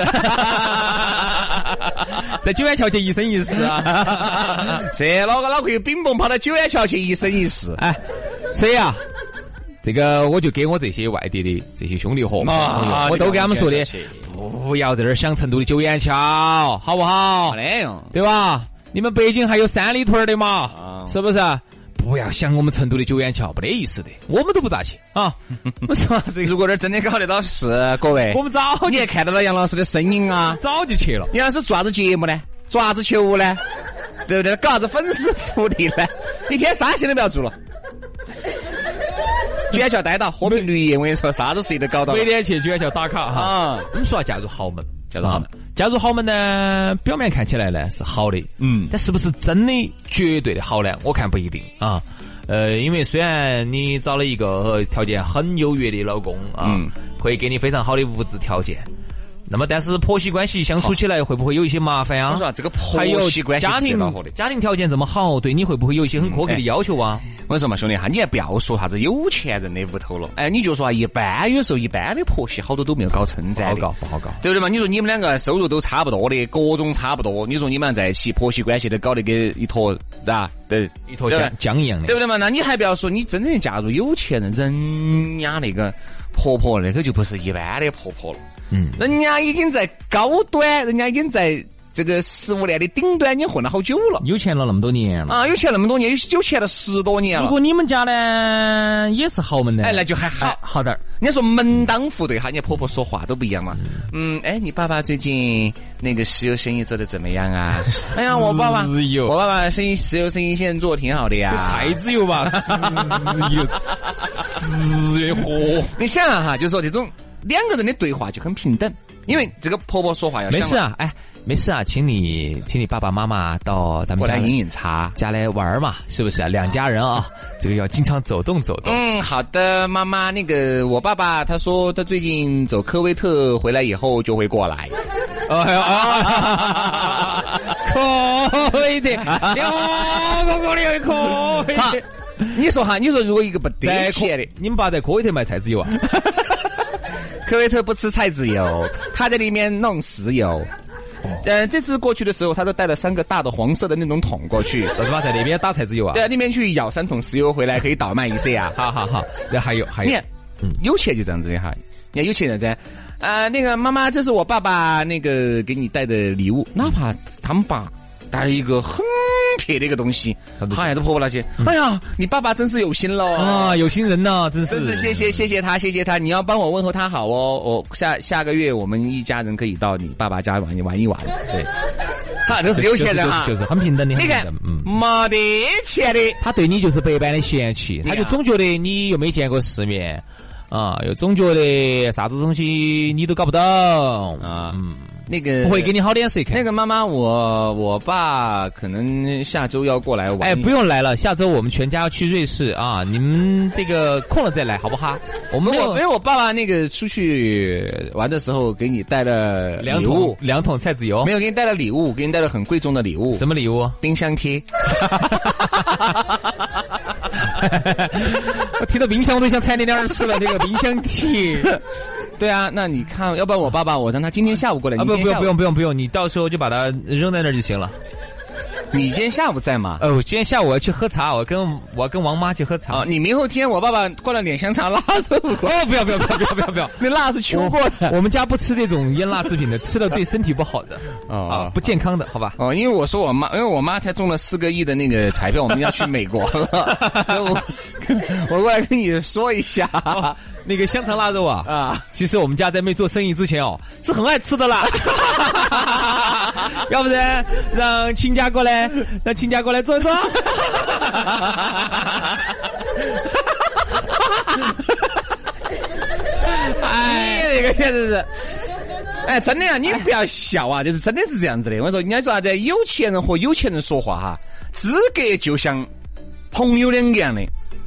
S3: 在九眼桥去一生一世
S2: <laughs>
S3: 啊。
S2: 这老个脑壳有冰蹦跑到九眼桥去一生一世。
S3: 哎，所以啊，这个我就给我这些外地的这些兄弟伙，
S2: 啊
S3: 我都跟他们说的
S2: 你看我，
S3: 不要在这儿想成都的九眼桥，啊好不好
S2: 好？嘞哟，
S3: 对吧？你们北京还有三里屯儿的嘛
S2: 啊，
S3: 是不是？不要想我们成都的九眼桥，啊没得意思的，我们都不咋去啊。我说这个，
S2: <laughs> 如果这儿真的搞得到事，各位
S3: 我，们早
S2: 你
S3: 就
S2: 也看得到杨老师的身影啊。
S3: 早就去了。
S2: 杨老师做啥子节目呢？做啥子球呢？对不对？搞啥子粉丝福利呢？一天啥心都不要做了。卷桥待到，喝瓶绿叶，我跟你说，啥子事情都搞到了
S3: 每。天去九眼桥打卡哈。
S2: 啊，
S3: 我们说要嫁入豪门，
S2: 嫁入豪门
S3: 啊，嫁入豪门呢，表面看起来呢是好的，
S2: 嗯
S3: 但是不是真的绝对的好呢？我看不一定啊。呃，因为虽然你找了一个呃条件很优越的老公啊，
S2: 嗯
S3: 可以给你非常好的物质条件，那么但是婆媳关系相处起来会不会有一些麻烦啊？
S2: 我说啊这个婆
S3: 还有
S2: 媳关系
S3: 家
S2: 是最
S3: 庭
S2: 恼火的
S3: 家庭条件这么好，对你会不会有一些很苛刻的
S2: 嗯哎
S3: 要求啊？
S2: 我跟你说嘛，兄弟哈，你还不要说啥子有钱人的屋头了，哎，你就说啊，一般有时候一般的婆媳好多都没有搞称赞的，
S3: 不好搞。
S2: 对不对嘛？你说你们两个收入都差不多的，各种差不多，你说你们俩在一起婆媳关系都搞得跟一坨啊，对，
S3: 一坨
S2: 对
S3: 浆浆一样的，
S2: 对不对嘛？那你还不要说，你真正嫁入有钱人，人家那个婆婆那个就不是一般的婆婆了，
S3: 嗯，
S2: 人家已经在高端，人家已经在这个食物链的顶端，已经混了好久了
S3: 有钱了那么多年了。
S2: 啊，有钱那么多年，有有钱了十多年
S3: 如
S2: 了
S3: 果，你们家呢也是豪门呢，
S2: 哎，那就还好
S3: 哎。好点儿。
S2: 人家说门当户对哈，人家婆婆说话都不一样嘛。嗯，哎，你爸爸最近那个石油生意做的怎么
S3: <laughs>
S2: 样啊？哎呀，我爸爸，
S3: 石油
S2: 我爸爸生意石油生意现在做的挺好的呀。
S3: 菜籽油 <laughs> 吧，石油，石油嚯！
S2: 你想啊哈，就说这种两个人的对话就很平等，因为这个婆婆说话要
S3: 没
S2: 想
S3: 事啊，哎，没事啊，请你，请你爸爸妈妈到咱们
S2: 过
S3: 家
S2: 来饮饮茶。
S3: 家来玩儿嘛，是不是、啊？两家人啊，这个要经常走动走动。
S2: 嗯，好的，妈妈，那个我爸爸他说他最近走科威特回来以后就会过来。嗯
S3: 哎呀
S2: 哎
S3: <laughs> 啊，可以的，两个个的可以
S2: 哈
S3: 的。，
S2: 你说哈，你说如果一个不
S3: 在
S2: 得钱的，
S3: 你们爸在科威特卖菜籽油啊？ <laughs>
S2: 科威特不吃菜籽油，他在里面弄石油。呃，这次过去的时候，他都带了三个大的黄色的那种桶过去，
S3: 老子妈在那边打菜籽油啊
S2: 对？啊，里面去舀三桶石油回来，可以倒卖一下
S3: 好
S2: 啊。
S3: 好好，然后还有还
S2: 你
S3: 有
S2: 看，，
S3: 嗯
S2: 有钱就这样子的哈，你看有钱人噻。啊、那个妈妈，这是我爸爸那个给你带的礼
S3: 嗯
S2: 物，哪怕他们爸带了一个很撇的一个东西，哎呀，都婆婆那些，
S3: 嗯
S2: 哎呀，你爸爸真是有心喽。
S3: 啊，有心人呐、真
S2: 真
S3: 是
S2: 是谢谢谢谢他谢谢他，你要帮我问候他好哦。我下下个月我们一家人可以到你爸爸家玩一玩一玩。
S3: 对，
S2: 哈，这是有钱人啊！
S3: 就是就是很平等的，
S2: 你看
S3: 很平等，嗯。
S2: 没得钱的，
S3: 他对你就是百般的嫌弃，他
S2: 看
S3: 就总觉得你又没见过世面，啊，又总觉得啥子东西你都搞不懂，
S2: 啊
S3: 嗯，
S2: 那个
S3: 不会给你好脸色看。
S2: 那个妈妈，我我爸可能下周要过来玩。
S3: 哎，不用来了，下周我们全家要去瑞士啊！你们这个空了再来，好不好？我们没
S2: 因为我
S3: 有
S2: 因为我爸爸那个出去玩的时候给你带了
S3: 两
S2: 礼
S3: 桶
S2: 物，
S3: 两桶菜籽油
S2: 没，有给你带了礼物，给你带了很贵重的礼物，
S3: 什么礼 <laughs> 物？
S2: 冰箱贴。
S3: 我提到冰箱我都想踩你两耳屎了，那个冰箱 <laughs> 贴
S2: 对啊，那你看，要不然我爸爸，我让他今天下午过来。
S3: 啊！
S2: 你
S3: 不
S2: 今
S3: 不
S2: 天
S3: 用
S2: 下午
S3: 不用不用不用，你到时候就把它扔在那儿就行了。
S2: 你今天下午在吗？
S3: 哦，今天下午我要去喝茶，我跟我要跟王妈去喝茶。
S2: 哦，你明后天我爸爸过来点香肠拉
S3: <laughs>
S2: 着我，
S3: 哦，不要不要不要不要不要不要！
S2: <laughs> 那辣是秋过的。
S3: 我们家不吃这种腌辣制品的，吃了对身体不好的，
S2: <laughs> 哦
S3: 啊，不健康的，好吧？
S2: 哦，因为我说我妈，因为我妈才中了四个亿的那个彩票，我们要去美
S3: <laughs>
S2: 国了， <laughs> 所以我我过来跟你说一下
S3: 啊，那个香肠腊肉啊，
S2: 啊。
S3: 其实我们家在没做生意之前哦，是很爱吃的
S2: <laughs>
S3: 啦。 <laughs> 要不然让亲家过来，让亲家过来坐
S2: <laughs>
S3: 一坐。
S2: 哎，这个确实是。哎，真的呀、你不要笑啊，就是真的是这样子的。我跟你说，人家说啥子，有钱人和有钱人说话哈，资格就像朋友两个样的。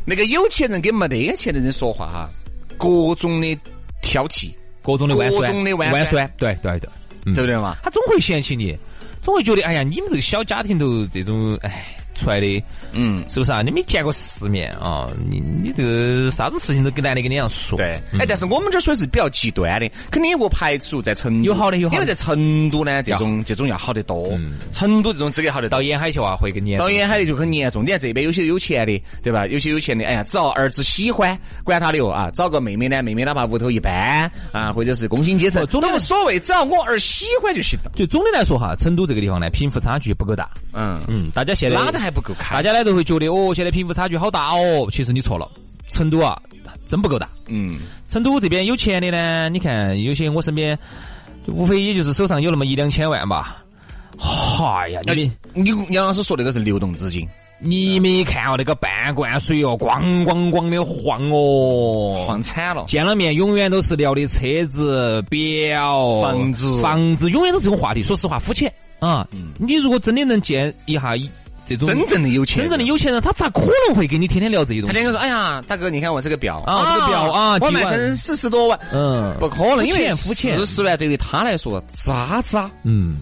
S2: 那个有钱人跟没得钱的人说话哈，各种的挑剔，
S3: 各种的弯
S2: 各
S3: 酸，
S2: 种的弯
S3: 弯
S2: 酸
S3: 酸，对对对，嗯
S2: 对不对嘛？
S3: 他总会嫌弃你，总会觉得哎呀，你们这个小家庭头这种哎出来的，
S2: 嗯，
S3: 是不是啊？你没见过世面啊，你你这个啥子事情都跟男的跟那样说。嗯
S2: 对，哎，但是我们这儿属于是比较极端的，肯定也不排除在成都
S3: 有好的有好的
S2: 因为在成都呢，这种这种要好得多，
S3: 嗯
S2: 成都这种资格好得多
S3: 到。沿海去啊，会跟你
S2: 到沿海的就很严重，你看这边有些有钱的，对吧？有些有钱的，哎呀，只要儿子喜欢，管他的哟啊！找个妹妹呢，妹妹哪怕屋头一般啊，或者是工薪阶层
S3: 不
S2: 都
S3: 中间
S2: 无所谓，只要我儿喜欢就行了。
S3: 就总的来说哈，成都这个地方呢，贫富差距不够大。
S2: 嗯，
S3: 嗯，大家现在
S2: 拉的还不够开
S3: 大。家呢都会觉得哦，现在贫富差距好大哦。其实你错了，成都啊，真不够大。
S2: 嗯，
S3: 成都这边有钱的呢，你看有些我身边，无非也就是手上有那么一两千万吧。哎呀，你
S2: 哎
S3: 没
S2: 你杨老师说那个是流动资金，
S3: 你没看哦，那个半罐水哦，咣咣咣的晃哦，
S2: 晃惨了。
S3: 见了面永远都是聊的车子、表、
S2: 房子嗯
S3: 房子永远都是这种话题。说实话，肤浅啊！你如果真的能见一下一这种
S2: 真正的有钱，
S3: 真正的有钱人，他咋可能会跟你天天聊这些东
S2: 他
S3: 西？
S2: 两个说：“哎呀，大哥，你看我这个表
S3: 啊这个表啊
S2: 我
S3: 几
S2: 买
S3: 万
S2: 成四十多万，
S3: 嗯，
S2: 不可能，因为
S3: 肤浅肤浅
S2: 四十万对于他来说渣渣，
S3: 嗯，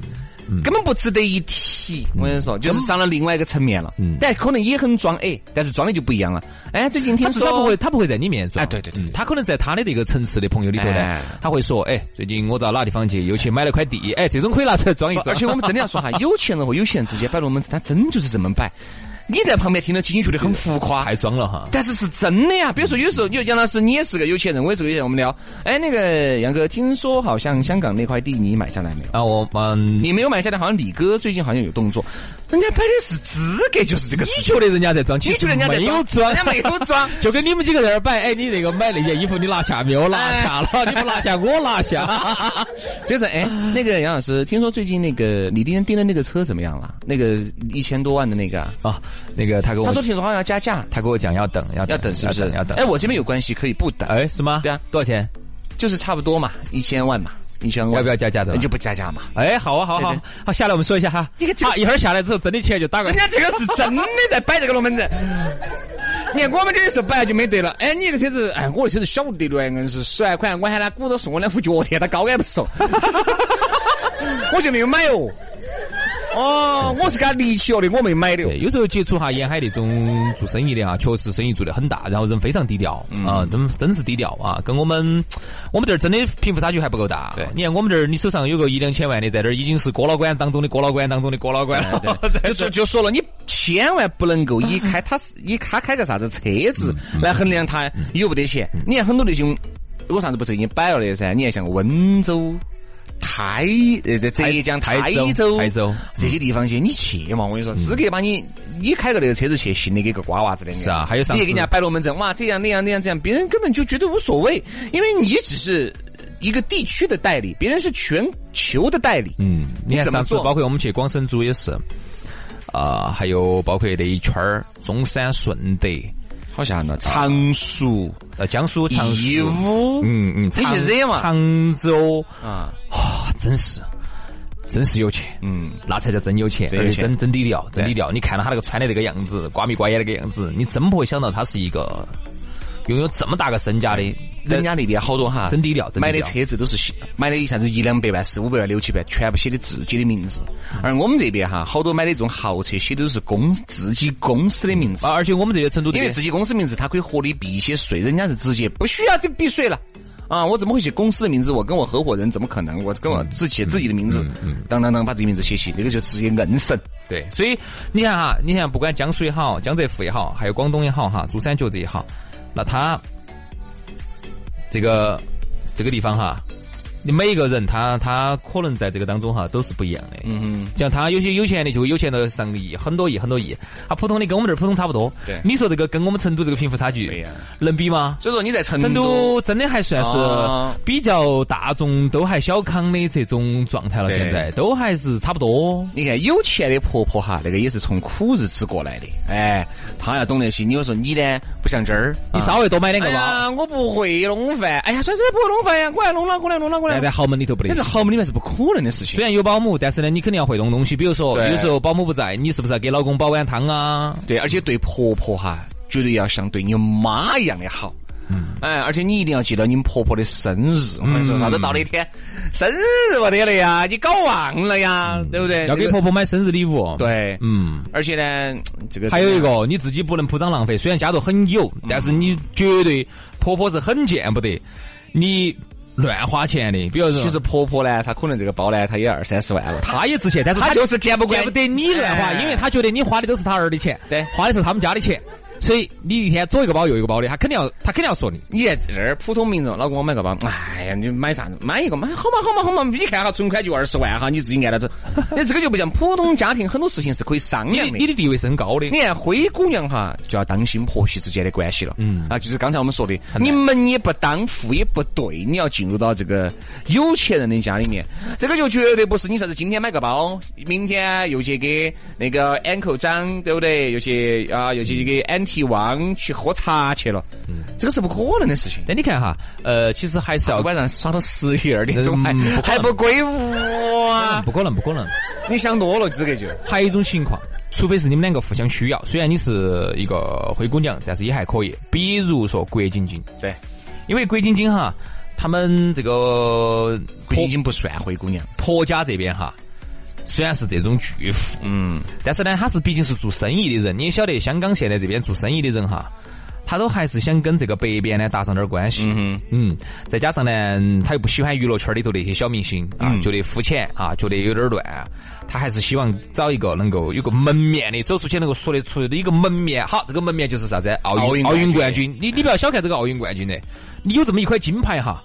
S2: 根本不值得一提。我跟你说，就是上了另外一个层面了
S3: 嗯，
S2: 但可能也很装哎，但是装的就不一样了。哎，最近
S3: 他
S2: 听
S3: 至少不
S2: 说
S3: 会，他不会在你面前装。
S2: 哎对对对
S3: 嗯他可能在他的这个层次的朋友里头呢
S2: 哎，
S3: 他会说，哎，最近我到哪地方去，又去买了块地，哎，这种可以拿出来装一
S2: 不
S3: 装。
S2: <laughs> 而且我们真的
S3: <laughs>
S2: 要说哈，有钱人和有钱人之间摆龙门阵，他真就是这么摆。你在旁边听得起，你觉得很浮夸，
S3: 太装了哈。
S2: 但是是真的呀。比如说，有时候你就杨老师，你也是个有钱人，我也是个有钱人，我们聊，哎，那个杨哥，听说好像香港那块地你买下来没有？
S3: 啊，我嗯，
S2: 你没有买下来，好像李哥最近好像有动作，人家拍的是资格，就是这个事
S3: 你
S2: 情。
S3: 觉得人家在装，其
S2: 你
S3: 实
S2: 觉得人家在
S3: 没有装。
S2: 人，家没有装
S3: <laughs> 就跟你们几个在那儿摆，哎，你那个买那 <laughs> 件衣服你拿下没有？拿下
S2: 哎
S3: 了，你不拿
S2: <laughs>
S3: 下我拿下。
S2: 就是哎，那个杨老师，听说最近那个你今天订的那个车怎么样了？那个一千多万的那个啊，
S3: 啊，那个他跟
S2: 他
S3: 我
S2: 说听说好像要加价，
S3: 他跟我讲要等要
S2: 要等是不是？
S3: 要等
S2: 哎，
S3: 要等。
S2: 我这边有关系，可以不等，
S3: 哎，是吗？
S2: 对啊
S3: 多少钱？
S2: 就是差不多嘛，一千万嘛，一千万。
S3: 要不要加价的
S2: 那就不加价嘛。
S3: 哎，好啊，好啊好
S2: 对
S3: 啊
S2: 对
S3: 好，下来我们说一下哈。
S2: 这个这个
S3: 啊，一会儿下来之后，真的钱就打过
S2: 人
S3: 来。
S2: 家这个是真的在摆这个龙门阵。你看我们这里是摆就没得了，哎，你这个车子，哎，我这车子晓不得了，硬是十来块，我喊他鼓捣送我两副脚垫，他高矮不 <laughs> 送，我就没有买哦。哦，我是给他离奇了的，我没买的哦。
S3: 对，有时候接触哈沿海那种做生意的啊，确实生意做得很大，然后人非常低调、
S2: 嗯
S3: 啊，真真是低调啊，跟我们我们这儿真的贫富差距还不够大。
S2: 对
S3: 你看我们这儿，你手上有个一两千万的，在这儿已经是哥老倌当中的哥老倌当中的哥老倌了。
S2: <laughs> 就说就说了，你千万不能
S3: <laughs>
S2: 够以开他是以他开个啥子车
S3: 嗯
S2: 子来衡量他有不得钱。你看很多那些，我上次不是已经摆了的噻？你看像温州、台呃浙江
S3: 台
S2: 台
S3: 州
S2: 州、
S3: 台州嗯
S2: 这些地方去，你去嘛？我跟你说，资格把你你开个那个车子去，信得给个瓜娃子的。
S3: 是啊还有上
S2: 你也
S3: 次
S2: 给人家摆龙门阵，哇，这样那样那样这样，别人根本就觉得无所谓，
S3: 嗯
S2: 因为你只是一个地区的代理，别人是全球的代理。
S3: 嗯，你看
S2: 怎么
S3: 上次
S2: 做
S3: 包括我们去广深珠也是，啊、还有包括那一圈儿中山、顺德、
S2: 好吓人啊！常熟。
S3: 呃江苏常熟
S2: 义乌
S3: 嗯嗯，
S2: 你去惹嘛
S3: 常州
S2: 啊，
S3: 啊，真是真是有钱，
S2: 嗯，
S3: 那才叫真有钱，
S2: 真有
S3: 而且
S2: 钱
S3: 真真低调，真
S2: 对
S3: 低调。你看到他那个穿的那个样子，瓜米瓜眼那个样子，你真不会想到他是一个拥有这么大个身家的
S2: 人家那边好多哈，
S3: 真低调真低调
S2: 买的车子都是写买的一下子一两百万、四五百万、六七百，全部写的自己的名字。而我们这边哈，好多买的这种豪车，写的都是公自己公司的名字
S3: 啊，，而且我们这些成都的
S2: 因为自己公司名字它可以合理避一些税，人家是直接不需要就避税了。啊，我怎么会写公司的名字？我跟我合伙人怎么可能？我跟我自己写自己的名字，当当当，把自己名字写起，那个就直接硬审。
S3: 对，所以你看哈，你看不管江苏也好，江浙沪也好，还有广东也好哈，珠三角这也好，那他这个这个地方哈，你每一个人他他可能在这个当中哈都是不一样的。
S2: 嗯，
S3: 像他有些有钱的就会有钱到上个亿，很多亿很多亿。他普通的跟我们这儿普通差不多。
S2: 对
S3: 你说这个跟我们成都这个贫富差距，
S2: 对呀
S3: 能比吗？
S2: 所以说你在成
S3: 成
S2: 都，
S3: 都真的还算是
S2: 啊
S3: 比较大众，都还小康的这种状态了，
S2: 对
S3: 现在都还是差不多。
S2: 你看有钱的婆婆哈，那个也是从苦日子过来的，哎，她要懂那些。你又说你呢，不像这儿，
S3: 你
S2: 啊
S3: 稍微多买两
S2: 哎
S3: 个吧。
S2: 呀，我不会弄饭，哎呀，算算不会弄饭呀，过来弄了，过来弄了，过来
S3: 但在
S2: 弄。
S3: 豪门里头不
S2: 那是
S3: 得。
S2: 豪门里面是不可能的事情
S3: 虽。然有保姆，但是呢，你肯定要会弄东西。比如说，
S2: 对
S3: 有时候保姆不在，你是不是要给老公煲碗汤啊？
S2: 对，而且对婆婆哈，绝对要像对你妈一样的好。嗯，哎，而且你一定要记到你们婆婆的生日。我跟你说，啥子到那天，生日我得了呀，你搞忘了呀，对不对？
S3: 要给
S2: 这个
S3: 婆婆买生日礼物。，
S2: 对，
S3: 嗯。
S2: 而且呢，这个
S3: 还有一个，你自己不能铺张浪费。虽然家头很有，
S2: 嗯
S3: 但是你绝对婆婆是很见不得你乱花钱的。比如说，
S2: 其实婆婆呢，她可能这个包呢，她也二三十万了，
S3: 她也值钱，但是她
S2: 她就是见不惯
S3: 见不得你乱花，
S2: 哎
S3: 因为她觉得你花的都是她儿的钱，
S2: 对
S3: 花的是他们家的钱，所以你一天左一个包右一个包的，她肯定要她肯定要说你。
S2: 你在这儿普通民众，老公我买个包，哎呀，你买啥子？买一个，买好嘛好嘛好嘛！你看哈，存款就二十万哈，你自己按到走。你这个就不像普通家庭，很多事情是可以商
S3: <laughs> 你
S2: 量
S3: 的
S2: 的。
S3: 你的地位是很高的。
S2: 你看灰姑娘哈，就要当心婆媳之间的关系了。
S3: 嗯
S2: 嗯啊，就是刚才我们说的，
S3: 难
S2: 你门也不当，户也不对，你要进入到这个有钱人的家里面，这个就绝对不是你啥子今天买个包，明天又去给那个 uncle 张，对不对？又去啊，又去给 auntie 汪去喝茶去了，
S3: 嗯
S2: 这个是不可能的事情。
S3: 那你看哈，呃，其实还是要
S2: 晚上耍到十一二点钟，还
S3: 嗯不可能
S2: 还不归屋啊？
S3: 不可能，不可能。
S2: <laughs> 你想多了，资格就。
S3: 还有一种情况，除非是你们两个互相需要，虽然你是一个灰姑娘，但是也还可以。比如说郭晶晶，
S2: 对，
S3: 因为郭晶晶哈，他们这个婆
S2: 毕竟已经不算灰姑娘。
S3: 婆家这边哈，虽然是这种巨富，
S2: 嗯，
S3: 但是呢，他是毕竟是做生意的人，你也晓得香港现在这边做生意的人哈。他都还是想跟这个北边呢搭上点儿关系，嗯再加上呢，他又不喜欢娱乐圈里头那些小明星啊，觉得肤浅啊，觉得有点儿乱，他还是希望找一个能够有个门面的，走出去能够说得出的一个门面。好，这个门面就是啥子？奥
S2: 奥
S3: 运
S2: 运
S3: 奥运冠
S2: 冠
S3: 军。你你不要小看这个奥运冠军的，你有这么一块金牌哈，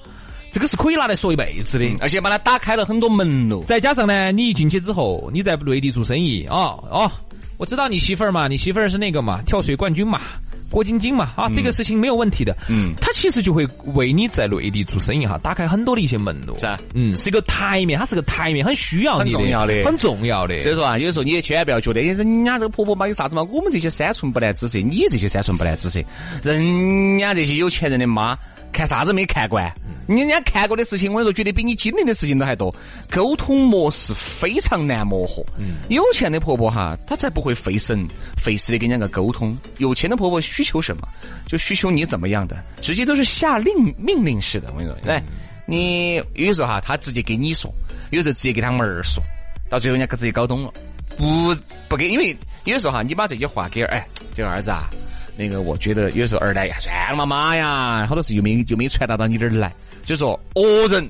S3: 这个是可以拿来说一辈子的。
S2: 而且把它打开了很多门路。
S3: 再加上呢，你一进去之后，你在内地做生意哦哦，我知道你媳妇儿嘛，你媳妇儿是那个嘛，跳水冠军嘛，郭晶晶嘛，啊，这个事情没有问题的。
S2: 嗯
S3: 他其实就会为你在内地做生意哈，打开很多的一些门路。
S2: 是啊
S3: 嗯，是一个台面，它是个台面，很需要你
S2: 很重要的
S3: 很重要的。
S2: 所以说啊，有时候你也千万不要觉得，哎，人家这个婆婆妈有啥子嘛？我们这些三寸不烂之舌，你这些三寸不烂之舌，人家这些有钱人的妈看啥子没看惯，人家看过的事情，我跟你说，绝对比你经历的事情都还多。沟通模式非常难磨合。有钱的婆婆哈，她才不会费神费事的跟人家个沟通。有钱的婆婆需求什么，就需求你怎么样的，直接都是下令命令式的。我跟你说，来，你有时候哈，她直接给你说，有时候直接给她们儿说。到最后人家给自己搞懂了，不不给，因为有时候哈，你把这些话给儿，哎，这个儿子啊，那个我觉得有时候儿呢，哎算了嘛妈呀，好多事又没又没传达到你这儿来，就说恶人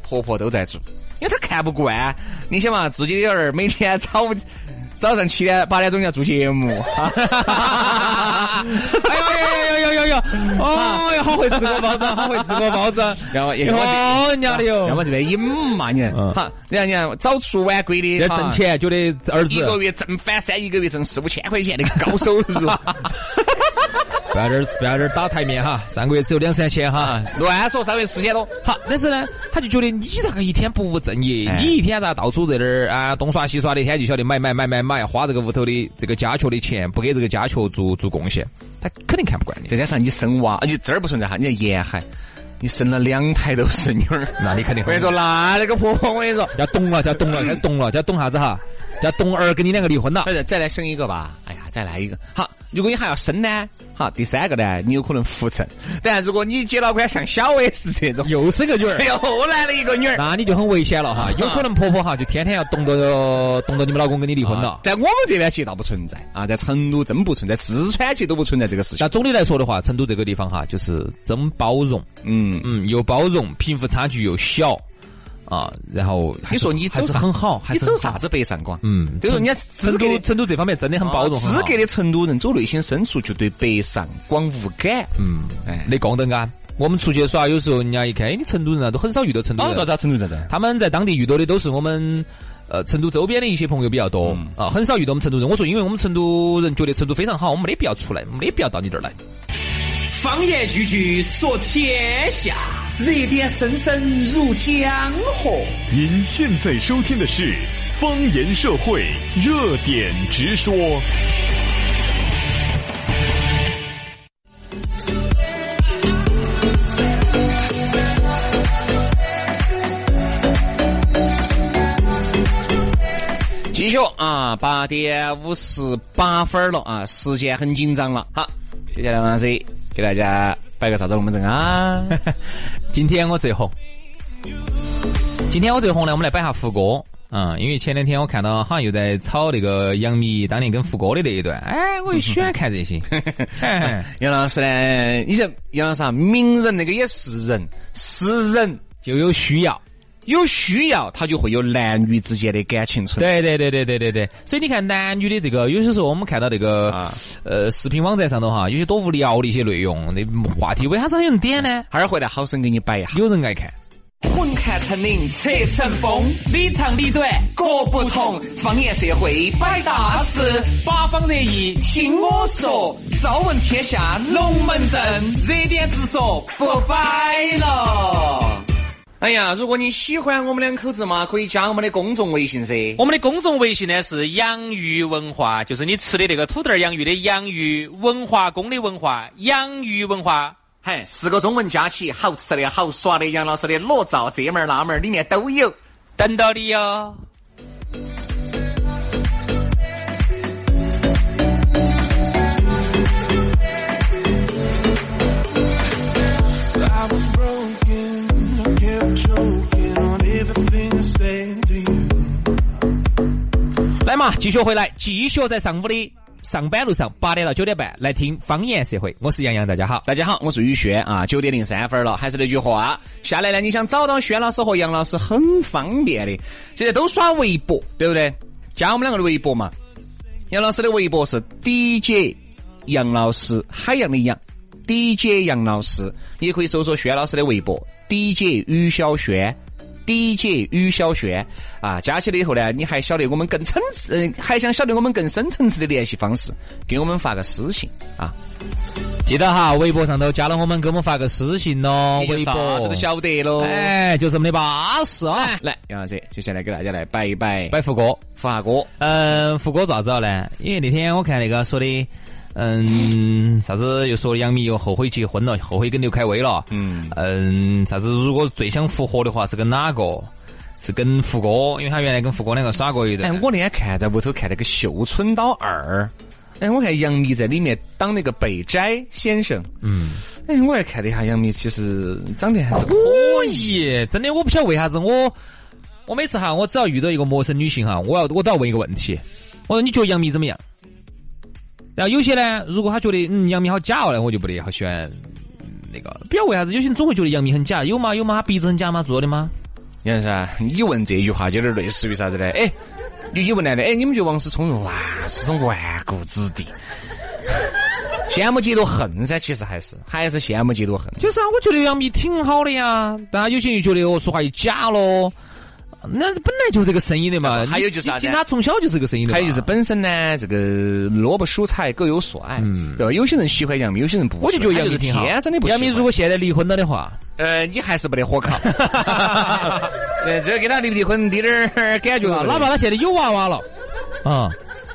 S2: 婆婆都在做，因为她看不惯，你想嘛，自己的儿每天早早上七点八点钟要做节目， <laughs>
S3: 哎呦呦呦呦呦呦！哦哟，好会自我包装，好会自我包装。
S2: 然后要么
S3: 哦，人家的哟，
S2: 要么这边阴嘛你，
S3: 嗯
S2: 哈，人家你看早出晚归的，
S3: 要
S2: 哈
S3: 挣钱，觉得儿
S2: 一个
S3: 子
S2: 月挣翻三，一个月挣四五千块钱的高收入。 <laughs>
S3: 不要这儿不要这儿打台面哈，上个月只有两三千哈。
S2: 乱说三位四千多，
S3: 好，但是呢，他就觉得你这个一天不务正业，你一天咋到处在那儿啊东耍西耍的，一天就晓得买买买买买，花这个屋头的这个家雀的钱，不给这个家雀做做贡献，他肯定看不惯你。
S2: 啊再加上你生娃，你这儿不存在哈，你在沿海，你生了两胎都是女儿，
S3: 那你肯定
S2: 我跟你说，那那个婆婆，我跟你说，
S3: 要懂了，要懂了，要懂了，要懂啥子哈？要懂儿跟你两个离婚了
S2: 反。正再来生一个吧。哎呀，再来一个。好，如果你还要生呢，好，第三个呢，你有可能扶正。但如果你姐老倌像小 S 这种，
S3: 又生个女 <laughs> 儿，
S2: 又来了一个女儿，
S3: 那你就很危险了哈。有可能婆婆哈就天天要懂着懂着你们老公跟你离婚了。
S2: 啊在我们这边其实倒不存在啊，在成都真不存在，四川其实都不存在这个事情。
S3: 那总的来说的话，成都这个地方哈，就是真包容，
S2: 嗯，
S3: 嗯，又包容，贫富差距又小啊，然后还是
S2: 你说你
S3: 还
S2: 走
S3: 是
S2: 啥
S3: 很好，还
S2: 你
S3: 是很
S2: 走
S3: 好
S2: 啥？子北上广？
S3: 嗯
S2: 就是人家
S3: 成
S2: 资格
S3: 都
S2: 的
S3: 成都这方面真的很包容，很
S2: 资
S3: 好
S2: 格的成都人走内心深处就对北上广无感。嗯，哎，
S3: 那讲得啊。我们出去耍，有时候人家一看，哎，你成都人啊，都很少遇到成都人。
S2: 子成都在这？
S3: 他们在当地遇到的都是我们呃成都周边的一些朋友比较多、
S2: 嗯
S3: 啊，很少遇到我们成都人。我说，因为我们成都人觉得成都非常好，我们没得必要出来，没得必要到你这儿来。
S1: 方言句句说天下，热点声声入江河。
S4: 您现在收听的是方言社会热点直说，
S2: 继续啊，八点五十八分了啊，时间很紧张了。好，接下来王老师给大家摆个啥子龙门阵
S3: <laughs>
S2: 啊？
S3: 今天我最红，今天我最红呢，我们来摆下胡歌。嗯，因为前两天我看到好像又在炒那个杨幂当年跟胡歌的那一段，哎，我就喜欢看这 <laughs> 些。哎
S2: 杨老师呢？你这杨老师啊，名人那个也是人，是人
S3: 就有需要，
S2: 有需要，他就会有男女之间的感情存
S3: 对
S2: 在。
S3: 对对对对对对，所以你看男女的这个，有些时候我们看到这个、
S2: 啊
S3: 呃视频网站上头哈，有些多无聊的一些内容，那话题为啥子有人点呢？
S2: 哈儿回来好生给你摆一下。
S3: 有人爱看。
S1: 混看成岭侧成峰，里长里短各不同。方言社会摆大事，八方热议听我说。朝闻天下龙门阵，热点直说不摆了。
S2: 哎呀，如果你喜欢我们两口子嘛，可以加我们的公众微信噻。
S6: 我们的公众微信呢是养鱼文化，就是你吃的那个土豆儿养鱼的养鱼，文化宫的文化，养鱼文化。
S2: 嘿，四个中文加起，好吃的好耍的，杨老师的裸照这门儿那门儿里面都有。
S6: 等到你哦哟！
S5: I was broken, I kept choking on everything I said to you.
S3: 来嘛，继续回来，继续在上午的上班路上，八点到九点半来听方言社会，我是杨洋，大家好。
S2: 大家好，我是宇轩啊，九点零三分了，还是那句话，下来呢，你想找到轩老师和杨老师很方便的，现在都耍微博，对不对？加我们两个的微博嘛。杨老师的微博是 DJ 杨老师，海洋的洋，DJ 杨老师，也可以搜索轩老师的微博 DJ 于小轩。DJ 于小轩啊，加起来以后呢，你还晓得我们更层次，呃还想晓得我们更深层次的联系方式，给我们发个私信啊。
S3: 记得哈，微博上头加了我们，给我们发个私信咯。
S2: 你
S3: 微
S2: 就
S6: 啊
S2: 啥子
S3: 博
S2: 都，晓得喽。
S3: 哎，就这么的巴适啊。
S6: 哎
S2: 来，杨老师，接下来给大家来摆一摆
S3: 摆胡歌，
S2: 发哥，
S3: 嗯，胡歌咋子了呢？因为那天我看那个说的，嗯，啥子又说杨幂又后悔结婚了，后悔跟刘恺威了。
S2: 嗯
S3: 嗯，啥子？如果最想复合的话，是跟哪个？是跟胡歌，因为他原来跟胡歌两个耍过一
S2: 哎
S3: 段。，
S2: 我那天看在屋头看那个《绣春刀二》，哎，我看杨幂在里面当那个北斋先生，
S3: 嗯。
S2: 哎，我还看了一下杨幂，其实长得还是可
S3: 可以，哦真的，我不晓得为啥子我，我每次哈，我只要遇到一个陌生女性哈，我要我都要问一个问题，我说你觉得杨幂怎么样？然后有些呢，如果她觉得嗯杨幂好假哦呢，我就不得好喜欢嗯那个，不晓得为啥子，有些人总会觉得杨幂很假，有吗？有吗？她鼻子很假吗？做的吗？
S2: 杨老师啊，你问这句话就有点类似于啥子呢？哎，你你问来的，哎，你们觉得王思聪哇是种纨绔子弟，羡慕嫉妒恨噻，其实还是还是羡慕嫉妒恨。
S3: 就是啊，我觉得杨幂挺好的呀，但有些人就觉得我哦说话又假咯。那本来就是这个声音的嘛，
S2: 哦还有就是啥
S3: 你
S2: 子
S3: 听她从小就是这个声音的嘛，
S2: 还有就是本身呢，这个萝卜蔬菜各有所爱，对吧？有些人喜欢杨幂，有些人不喜欢。
S3: 我就觉得杨
S2: 他
S3: 幂
S2: 是
S3: 挺好。
S2: 天生的不喜
S3: 杨
S2: 欢。
S3: 幂如果现在离婚了的话，
S2: 呃，你还是没得火 <laughs> 烤。呃，这跟他离不离婚滴点儿感觉
S3: 啊，哪怕他现在有娃娃了，啊、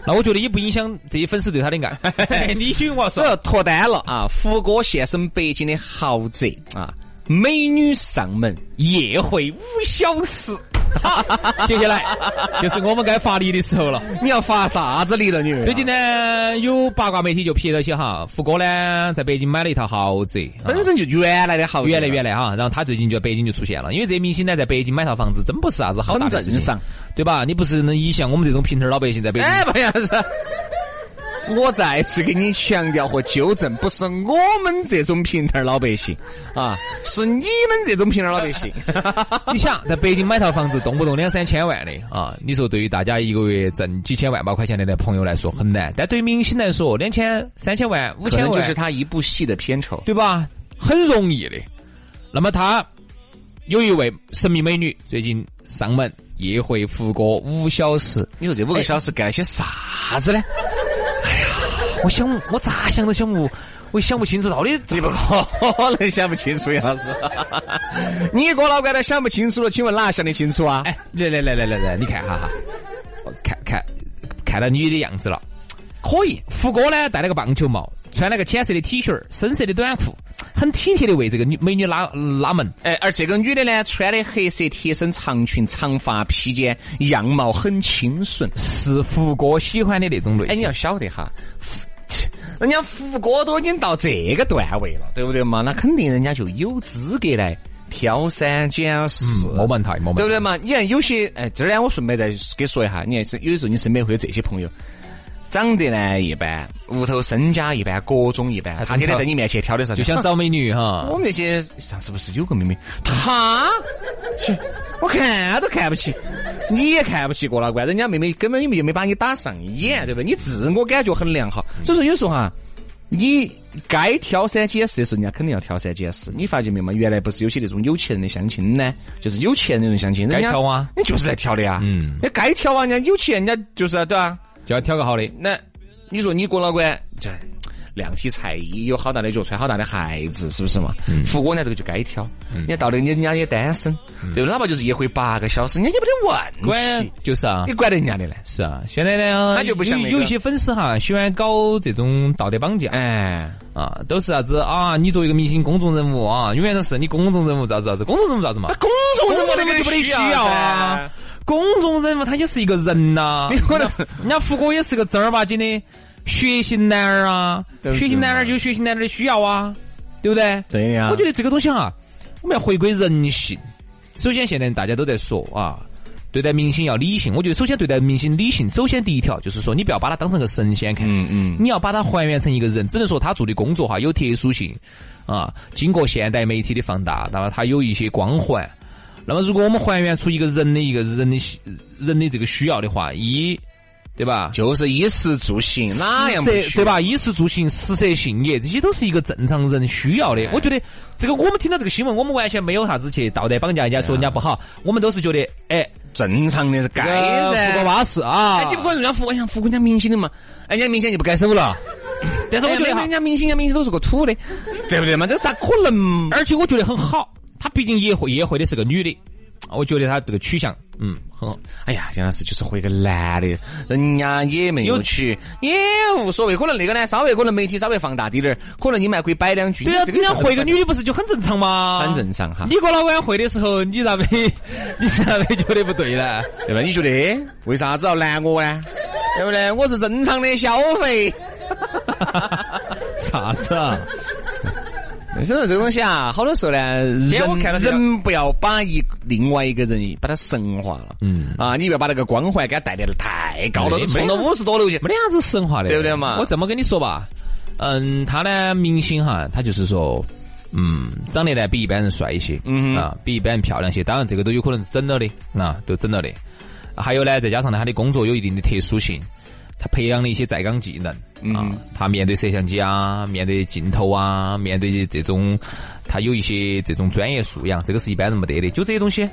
S3: 那我觉得也不影响这些粉丝对他的爱。你听我
S2: 所以，脱单了啊！胡歌现身北京的豪宅啊，美女上门，夜会五小 <laughs> 时。
S3: 接下来 <laughs> 就是我们该发力的时候了。
S2: 你要发啥子力了你？
S3: 最近呢，有八卦媒体就撇到些哈，胡歌呢在北京买了一套豪宅，啊
S2: 本身就原来的好，
S3: 原来原
S2: 来。
S3: 来哈，然后他最近就在北京就出现了，因为这些明星呢在北京买套房子真不是啥子好大的事情
S2: 很正常，
S3: 对吧？你不是能以像我们这种平头老百姓在北京，
S2: 哎，不要是。我再次给你强调和纠正，不是我们这种平头老百姓啊，是你们这种平头老百姓。
S3: 你想在北京买套房子，动不动两三千万的啊，你说对于大家一个月挣几千万把块钱的朋友来说很难，但对于明星来说，两千、三千万、五
S2: <laughs> 可
S3: 千
S2: 能
S3: 万
S2: 就是他一部戏的片酬。
S3: 对吧？很容易的。那么他有一位神秘美女最近上门夜会胡歌五小时，
S2: 你说这五个小时干了些啥子呢？
S3: 我想我咋想都想不，我想不清楚到底
S2: 你不可能想不清楚样子。 <laughs> 你哥老倌都想不清楚了，请问哪想得清楚啊？
S3: 哎，来来来来来来，你看哈哈，我看看看到你的样子了。可以，胡歌呢戴了个棒球帽，穿了个浅色的 T 恤，深色的短裤，很体贴的为这个女美女拉拉门。
S2: 哎，而这个女的呢，穿的黑色贴身长裙，长发披肩，样貌很清纯。
S3: 是胡歌喜欢的那种类型。
S2: 哎，你要晓得哈，切人家胡歌都已经到这个段位了，对不对嘛？那肯定人家就有资格来挑三拣四。
S3: 嗯，莫问他，莫问他
S2: 对不对嘛？你看有些，哎，这儿呢，我顺便再给说一下，你看是有的时候你身边会有这些朋友，长得呢一般，屋头身家一般，各种一般，他天天在你面前挑的啥？
S3: 就想找美女哈 <laughs>
S2: 哼。我们那些上次不是有个妹妹，她，切我看都看不起，你也看不起郭老倌，人家妹妹根本就没把你打上眼，对不对？你自我感觉很良好，所以说有时候哈。你该挑三拣四的时候，人家肯定要挑三拣四。你发现没有嘛？原来不是有些那种有钱人的相亲呢，就是有钱人的相亲，人家
S3: 该挑啊
S2: 你就是在挑的呀。
S3: 嗯，
S2: 那该挑啊，人家有钱，人家就是啊对吧、
S3: 就要挑个好的。
S2: 那你说你郭老倌这量体裁衣，有好大的脚，穿好大的鞋子，是不是嘛？胡歌呢，这个就该挑。你看到了，人家也单身，对吧？哪怕就是也回八个小时，人家也没得问
S3: 管
S2: 题，
S3: 就是啊
S2: 你，管得人家的呢？
S3: 是啊。现在呢，
S2: 他就不像
S3: 有
S2: 那个
S3: 有一些粉丝哈，喜欢搞这种道德绑架。
S2: 哎，
S3: 啊，都是啥子啊？你作为一个明星公众人物啊，永远都是你公众人物咋子咋子，公众人物咋子嘛
S2: 那？公众人物那个
S3: 就没得需要啊。公众人物他就是一个人呐、
S2: 你可能
S3: 人家胡歌也是个正儿八经的血型男儿啊，
S2: 对不对
S3: 血型男儿就有血型男儿的需要啊，对不对？
S2: 对呀
S3: 我觉得这个东西哈、我们要回归人性。首先，现在大家都在说啊，对待明星要理性。我觉得，首先对待明星理性，首先第一条就是说，你不要把他当成个神仙看，
S2: 嗯嗯
S3: 你要把他还原成一个人。只能说他做的工作哈有特殊性啊，经过现代媒体的放大，那么他有一些光环。那么，如果我们还原出一个人的一个人的需人的这个需要的话，一，对吧？
S2: 就是衣食住行，哪样不
S3: 食
S2: 需
S3: 对
S2: 要？
S3: 吧？衣食住行、食色性也，这些都是一个正常人需要的。我觉得这个，我们听到这个新闻，我们完全没有啥子去道德绑架人家，说人家不好，我们都是觉得，哎，
S2: 正常的是该噻。
S3: 富个巴适啊。
S2: 哎，你不可能让扶，哎呀，扶人家明星的嘛，哎，人家明星就不该收了。
S3: 但是我觉得
S2: 哎
S3: 哈
S2: 人，家明星，人家明星都是个土的，对不对嘛？这咋可能嘛？
S3: 而且我觉得很好，她毕竟也会也会的是个女的，我觉得她这个取向，嗯，很好。
S2: 哎呀，杨老师就是回个男的，人家也没有去，也无所谓。可能那个呢，稍微可能媒体稍微放大滴点儿，可能你们还可以摆两句。
S3: 对啊，
S2: 这个
S3: 人家会个女的不是就很正常吗？
S2: 很正常哈
S3: 你哥老倌会的时候，你咋没你咋没觉得不对呢？ <laughs>
S2: 对吧？你觉得为啥子要拦我呢？对不对？我是正常的消费。
S3: 啥子啊？
S2: 所以说这个东西啊，好多时候呢，人
S3: 哎我看到这个
S2: 人不要把一另外一个人把他神化了，嗯啊，你不要把那个光环给他带得太高了，
S3: 哎没
S2: 都冲到五十多楼去
S3: 没。得啥子神话的，
S2: 对不对嘛
S3: 我这么跟你说吧，嗯，他呢，明星哈，他就是说，嗯，长得呢比一般人帅一些，嗯啊，比一般人漂亮些，当然这个都有可能是整了的，啊，都整了的。还有呢，再加上呢，他的工作有一定的特殊性，他培养了一些在岗技能啊，他面对摄像机啊，面对镜头啊，面对这种，他有一些这种专业素养，这个是一般人没得的，就这些东西。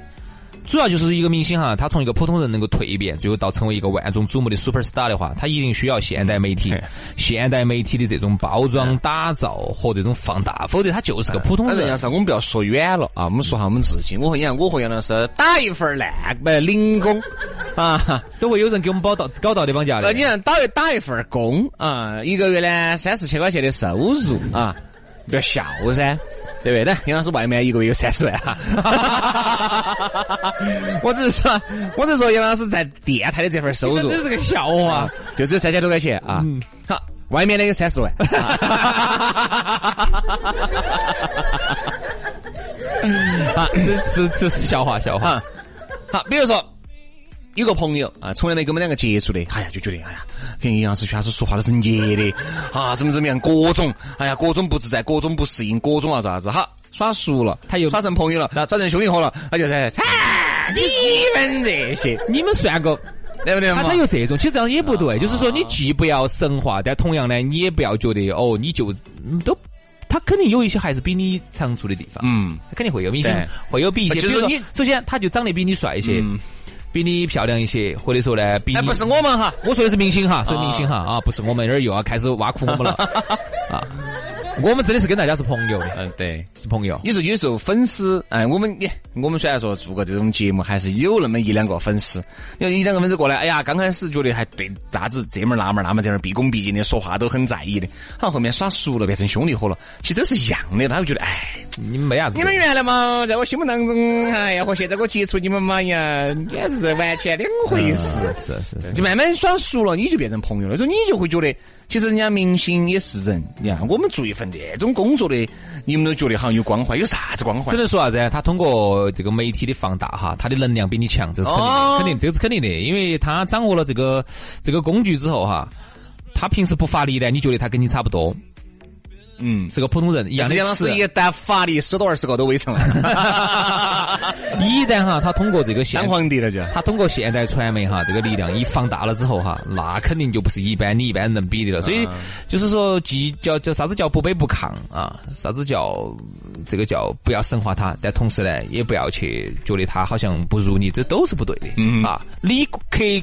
S3: 主要就是一个明星哈，他从一个普通人能够蜕变，最后到成为一个万众瞩目的 super star 的话，他一定需要现代媒体、现代媒体的这种包装、打造和这种放大，否则他就是个普通
S2: 反正
S3: 哎人
S2: 杨。啥，我们不要说远了啊，我们说下我们自己。我和你看，我和杨老师打一份烂呃零工
S3: <laughs>
S2: 啊，呃
S3: 都会有人给我们报道搞道德绑架
S2: 那
S3: 的
S2: 你。看打一打一份工啊，一个月呢三四千块钱的收入啊。不要笑噻，对不对？那杨老师外面一个月有三十万哈， <laughs> 我只是说，我只是说杨老师在电台的这份收入，啊
S3: 这是个笑话。嗯
S2: 就只有三千多块钱啊。好，外面的有三十万。
S3: 啊，这这这是笑话，笑话。
S2: 啊，好，比如说有个朋友啊，从来没跟我们两个接触的，哎呀，就觉得哎呀，跟杨老师、徐老师说话都是捏的啊，怎么怎么样，各种哎呀，各种不自在，各种不适应，各种啊啥子哈，耍熟了，他又耍成朋友了，耍成兄弟伙了，他就在，操你们这些，
S3: 你们算个，
S2: 对不对
S3: 他
S2: 嘛
S3: 啊
S2: 啊
S3: 他？有这种，其实这样也不对。就是说，你既不要神话，但同样呢，你也不要觉得哦，你就嗯都，他肯定有一些还是比你长处的地方。
S2: 嗯，
S3: 他肯定会有明
S2: 对哎
S3: 显会有比一些，
S2: 就是
S3: 比如说
S2: 你
S3: 首先他就长得比你帅一些，
S2: 嗯
S3: 比你漂亮一些，或者说呢，比
S2: 哎，
S3: 你
S2: 不是我们哈，
S3: 我说的是明星哈，说的明星哈啊，不是我们这儿又要开始挖苦我
S2: <laughs>
S3: 们了啊，我们真的是跟大家是朋友的，
S2: 嗯，对。
S3: 是朋友。
S2: 你说有时候粉丝，哎，我们也，我们虽然说做过这种节目，还是有那么一两个粉丝，有一两个粉丝过来，哎呀，刚开始觉得还对啥子这门儿那门儿那门儿这门儿毕恭毕敬的，说话都很在意的，好后面耍熟了，变成兄弟伙了，其实都是一样的，他会觉得，哎，
S3: 你们没啥子
S2: 你，们原来嘛，在我心目当中，哎呀，和现在我接触你们嘛呀，也是完全两回事。
S3: 嗯是是是，
S2: 就慢慢耍熟了，你就变成朋友了。所以你就会觉得，其实人家明星也是人，你看我们做一份这种工作的，你们都觉得好像有光环，有啥子光环
S3: 只？能说啥、子呢？他通过这个媒体的放大哈，他的能量比你强，这是肯定的，
S2: 哦
S3: 肯定这个是肯定的，因为他掌握了这个这个工具之后哈。他平时不发力呢，你觉得他跟你差不多，
S2: 嗯，
S3: 是个普通人一样的
S2: 杨老
S3: 词 <laughs>
S2: 师。一旦发力，十多二十个都围 <laughs> 上来，
S3: 一旦哈，他通过这个现
S2: 当皇帝 <laughs> 了就。
S3: 他通过现代传媒哈这个力量一放大了之后哈，那肯定就不是一般你一般人能比的了。所以就是说，既叫叫啥子叫不卑不亢啊，啥子叫这个叫不要神化他，但同时呢，也不要去觉得他好像不如你，这都是不对的、
S2: 嗯
S3: 啊。理客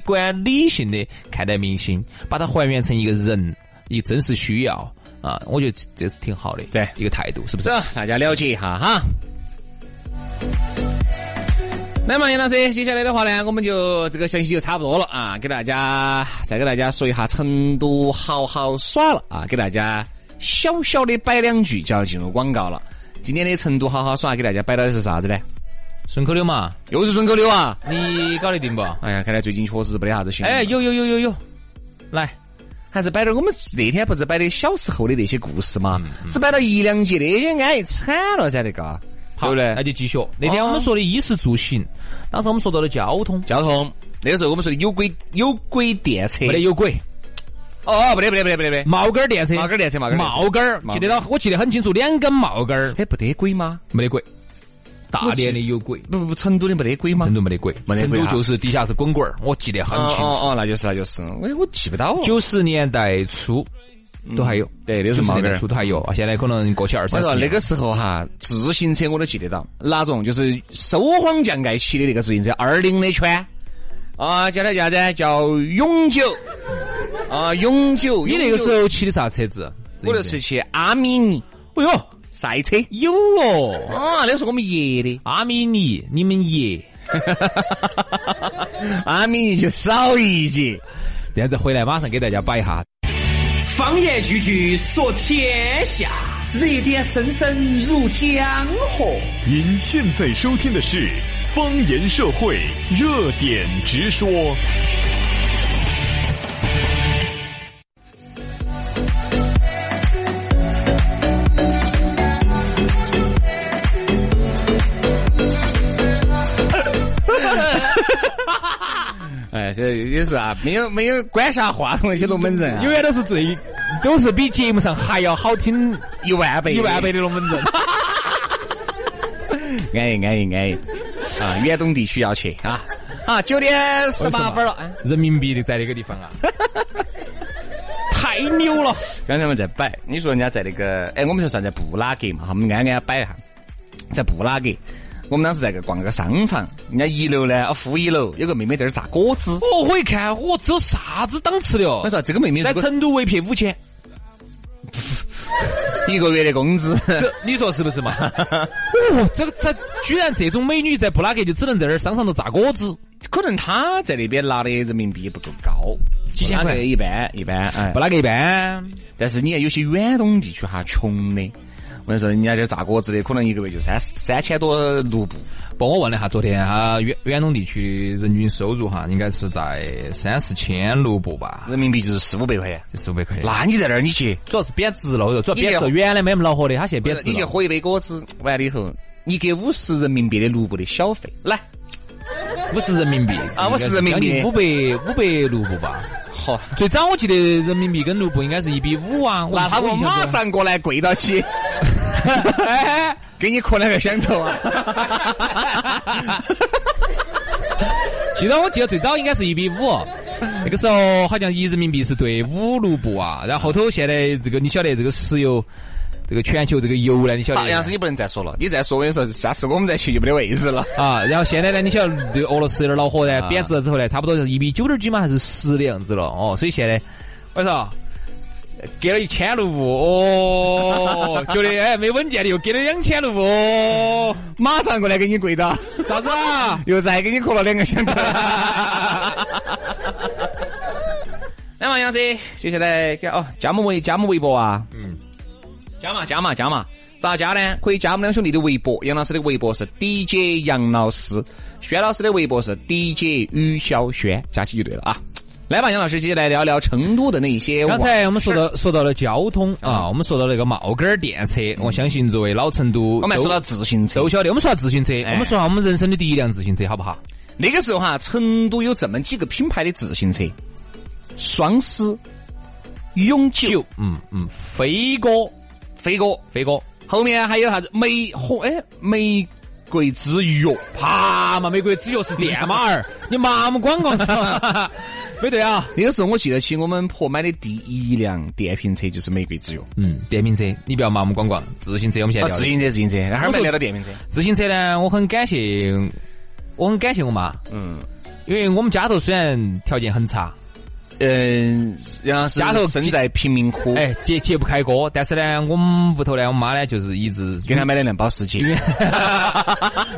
S3: 观理性的看待明星，把它还原成一个人，一真实需要啊，我觉得这是挺好的，
S2: 对
S3: 一个态度，是不是
S2: 这？大家了解一下哈。那么杨老师，接下来的话呢，我们就这个信息就差不多了啊，给大家再给大家说一下成都好好耍了啊，给大家小小的摆两句就要进入广告了。今天的成都好好耍给大家摆到的是啥子呢？
S3: 顺口溜嘛，
S2: 又是顺口溜啊！
S3: 你搞得定不？
S2: 哎呀，看来最近确实没得啥子新闻了。
S3: 哎，有有有有有，来。
S2: 还是摆点儿我们那天不是摆的小时候的那些故事嘛，只摆到一两集，那些安逸惨了噻，那个，对
S3: 好，
S2: 不对
S3: 那？就继续。那天我们说的衣食住行，当时我们说到了交通，
S2: 交通。那个时候我们说的有轨有轨电车，
S3: 没得有轨，
S2: 哦，不得不得不得不得不得，
S3: 毛杆儿电车，
S2: 毛根电车，毛根电车，
S3: 毛杆儿，
S2: 毛
S3: 记得到，我记得很清楚，两根毛杆儿，
S2: 哎，不得轨吗？
S3: 没得轨，大连的有轨，
S2: 不不，成都的没得轨吗？
S3: 成都没得轨，
S2: 没得
S3: 成
S2: 轨
S3: 都
S2: 哈
S3: 就是地下是滚滚儿，我记得很
S2: 哦
S3: 清楚。
S2: 哦哦，那就是那就是，我我记不到了。
S3: 九十年代初都还有，
S2: 嗯对，那
S3: 九
S2: 是
S3: 十
S2: 毛
S3: 年
S2: 根
S3: 代
S2: 儿
S3: 初。都还有，啊现在可能过去二
S2: 我
S3: 三
S2: 说
S3: 十
S2: 那
S3: 年。
S2: 个时候哈，自行车我都记得到，哪种就是收荒降盖骑的那个自行车，二零的圈，啊，叫它叫啥子？叫永久，啊，永久。
S3: 你那个时候骑的啥车子？
S2: 我就是骑阿米尼
S3: 哎呦，
S2: 赛车，
S3: 有哦，
S2: 啊，那是我们爷的。
S3: 阿米尼，你们爷。
S2: <laughs> 阿米就少一节。
S3: 这样子回来马上给大家摆一下
S1: 方言句句说天下，热点声声入江河。
S4: 您现在收听的是方言社会热点直说，
S2: 哎，这也是啊，没有没有关下话筒那些龙门啊阵、
S3: 永远都是最，都是比节目上还要好听
S2: 一万倍，
S3: 一万倍的龙门 <laughs> 阵。
S2: 安逸安逸安逸哎啊！远东地区要去啊啊！九点十八分了，哎
S3: 人民币的在那个地方啊，太牛了！
S2: 刚才我们在摆，你说人家在那个，哎，我们就算在布拉格嘛，哈我们安安摆一下，在布拉格。我们当时在个逛个商场，人家一楼呢，啊负一楼有个妹妹在那儿榨果汁。
S3: 哦， <laughs> 我一看，我走啥子档次的哦
S2: 我？说这个妹妹
S3: 在
S2: 如果
S3: 成都 VP 五千，
S2: 一个月的工资，
S3: <laughs> 这你说是不是嘛？ <laughs> 哦，这个这居然这种美女在布拉格就只能在那儿商场头榨果汁，
S2: 可能她在那边拿的人民币也不够高，
S3: 几千块
S2: 布拉格一般一般，哎
S3: 布，拉格一般。
S2: 但是你看有些远东地区哈，穷的，我跟你说，人家这榨果子的，可能一个月就三三千多卢布。
S3: 不，我问了一下，昨天他远远东地区人均收入哈，应该是在三四千卢布吧，
S2: 人民币就是四五百块钱。
S3: 四五百块钱。
S2: 那你在那儿，你去，
S3: 嗯主要是贬值了，主要
S2: 你
S3: 贬
S2: 去
S3: 值原来没那么恼火的，他现在贬值
S2: 你去
S3: 了。
S2: 喝一杯果汁，完了以后，你给五十人民币的卢布的小费，来，
S3: 五十人民币
S2: 啊50人民币
S3: 五百五百卢布吧。
S2: 好，
S3: 最早我记得人民币跟卢布应该是一比五啊。
S2: 那他
S3: 我
S2: 不
S3: 印象
S2: 马
S3: 中
S2: 上过来跪到起，
S3: <laughs>
S2: 给你磕两个响头 <laughs> 啊！
S3: 记得我记得最早应该是一比五，那个时候好像一人民币是对五卢布啊，然后后头现在这个你晓得这个石油，这个全球这个油呢，你晓
S2: 好，杨
S3: 得
S2: 师，。你不能再说了，你再说，我跟你说，下次我们再去就没得位置了。
S3: <laughs> 啊，然后现在呢，你晓得对俄罗斯有点恼火呢，贬值了之后呢，差不多就是一比九点几嘛，还是十的样子了哦，所以现在我说给了一千卢布哦，觉得哎没稳健的又给了两千卢布哦，
S2: 马上过来给你跪 <laughs> 到，
S3: 啥子啊？
S2: 又再给你磕了两个响头。 <laughs> 来嘛，杨师，接下来给哦，加我们微加我们微博啊，嗯，加嘛加嘛加嘛，咋加呢？可以加我们两兄弟的微博，杨老师的微博是 DJ 杨老师，轩老师的微博是 DJ 于小轩，加起就对了啊。来吧，杨老师，接下来聊聊成都的那些
S3: <laughs> 刚
S2: 网。
S3: 才我们说到说到了交通啊，我们说到了一个冒杆儿电车，我相信作为老成都，
S2: 我们还说到自行车
S3: 都，晓得。我们说下自行车，
S2: 哎
S3: 我们说下我们人生的第一辆自行车，好不好？
S2: 那个时候哈，成都有这么几个品牌的自行车：双狮、永久、
S3: 嗯嗯，飞哥，
S2: 飞哥，
S3: 飞哥，
S2: 后面还有啥子玫红哎玫瑰之约，
S3: 啪嘛，美国只有是电马 <laughs> 儿，你麻木广告是 <laughs> 吧？没对啊，
S2: 那个时候我记得起我们婆买的第一辆电瓶车就是玫瑰之约，
S3: 嗯，电瓶车，你不要麻木广告，自行车我们现在
S2: 啊，
S3: 聊
S2: 哦自
S3: 的。
S2: 行车自行车，那哈儿
S3: 我
S2: 没
S3: 说
S2: 聊到电瓶车，
S3: 自行车呢，我很感谢，我很感谢我妈，
S2: 嗯
S3: 因为我们家头虽然条件很差，
S2: 嗯，然后是
S3: 家头
S2: 身在贫民窟，哎，
S3: 哎，揭揭不开锅，但是呢，我们屋头呢，我妈呢就是一直
S2: 给他买了辆保时捷，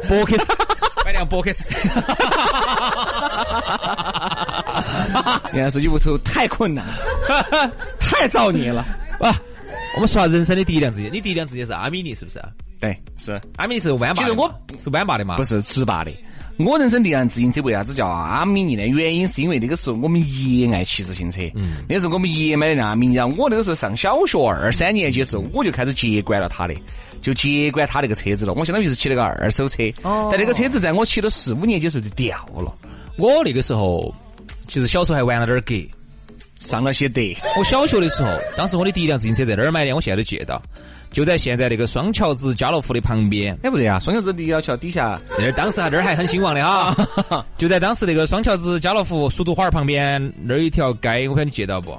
S3: 博克斯，买辆 <laughs> 博克斯。
S2: <laughs> 原来说你屋头太困难， <laughs> 了，太造孽了，
S3: 啊，我们说下人生的第一辆自行车，你第一辆自行车是阿米尼是不是？
S2: 对，是。
S3: 阿米尼是弯把的嘛，
S2: 其实我
S3: 是弯把的嘛，
S2: 不是直拔的。我人生第一辆自行车为啥子叫阿米尼呢？原因是因为那个时候我们爷爱骑自行车，嗯，那时候我们爷买的那阿米尼，然后我那个时候上小学二三年级的时候，我就开始接管了他的，就接管他那个车子了。我相当于是骑了个二手车，
S3: 哦
S2: 但那个车子在我骑了四五年级的时候就掉了，
S3: 我那个时候其实小时候还玩了点儿格。
S2: 上了些德。
S3: 我小学的时候，当时我的第一辆自行车在哪儿买的？我现在都记得到，就在现在那个双桥子家乐福的旁边。
S2: 哎，不对啊，双桥子立交桥底下，
S3: 那儿当时啊还那儿还很兴旺的哈， <laughs> 就在当时那个双桥子家乐福蜀都花儿旁边那儿有一条街，我看你记得到不？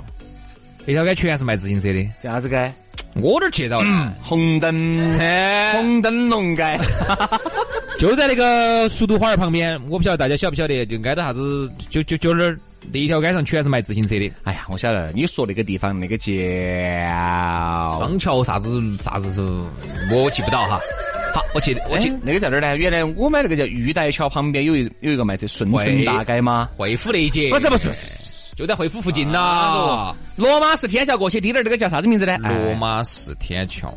S3: 那条街全是卖自行车的，
S2: 叫啥子街？
S3: 我哪儿记得到呢？
S2: 红灯，红灯笼街。 <laughs>
S3: 就在那个蜀都花儿旁边，我不晓得大家晓不晓得，就挨到啥子，就就就那儿那一条街上全是卖自行车的，
S2: 哎呀，我晓得了你说那个地方那个叫
S3: 双桥啥子啥子是，我记不到哈。好，我记得我
S2: 我记
S3: 记
S2: 那个在哪儿呢？原来我买那个叫玉带桥旁边有一有一个卖这顺城大街吗？
S3: 惠府那一节，
S2: 不是不是不是，不是
S3: 就在惠府附近
S2: 啊哎
S3: 呐。
S2: 罗马市天桥过去滴点儿，这个叫啥子名字呢？
S3: 罗马市天桥，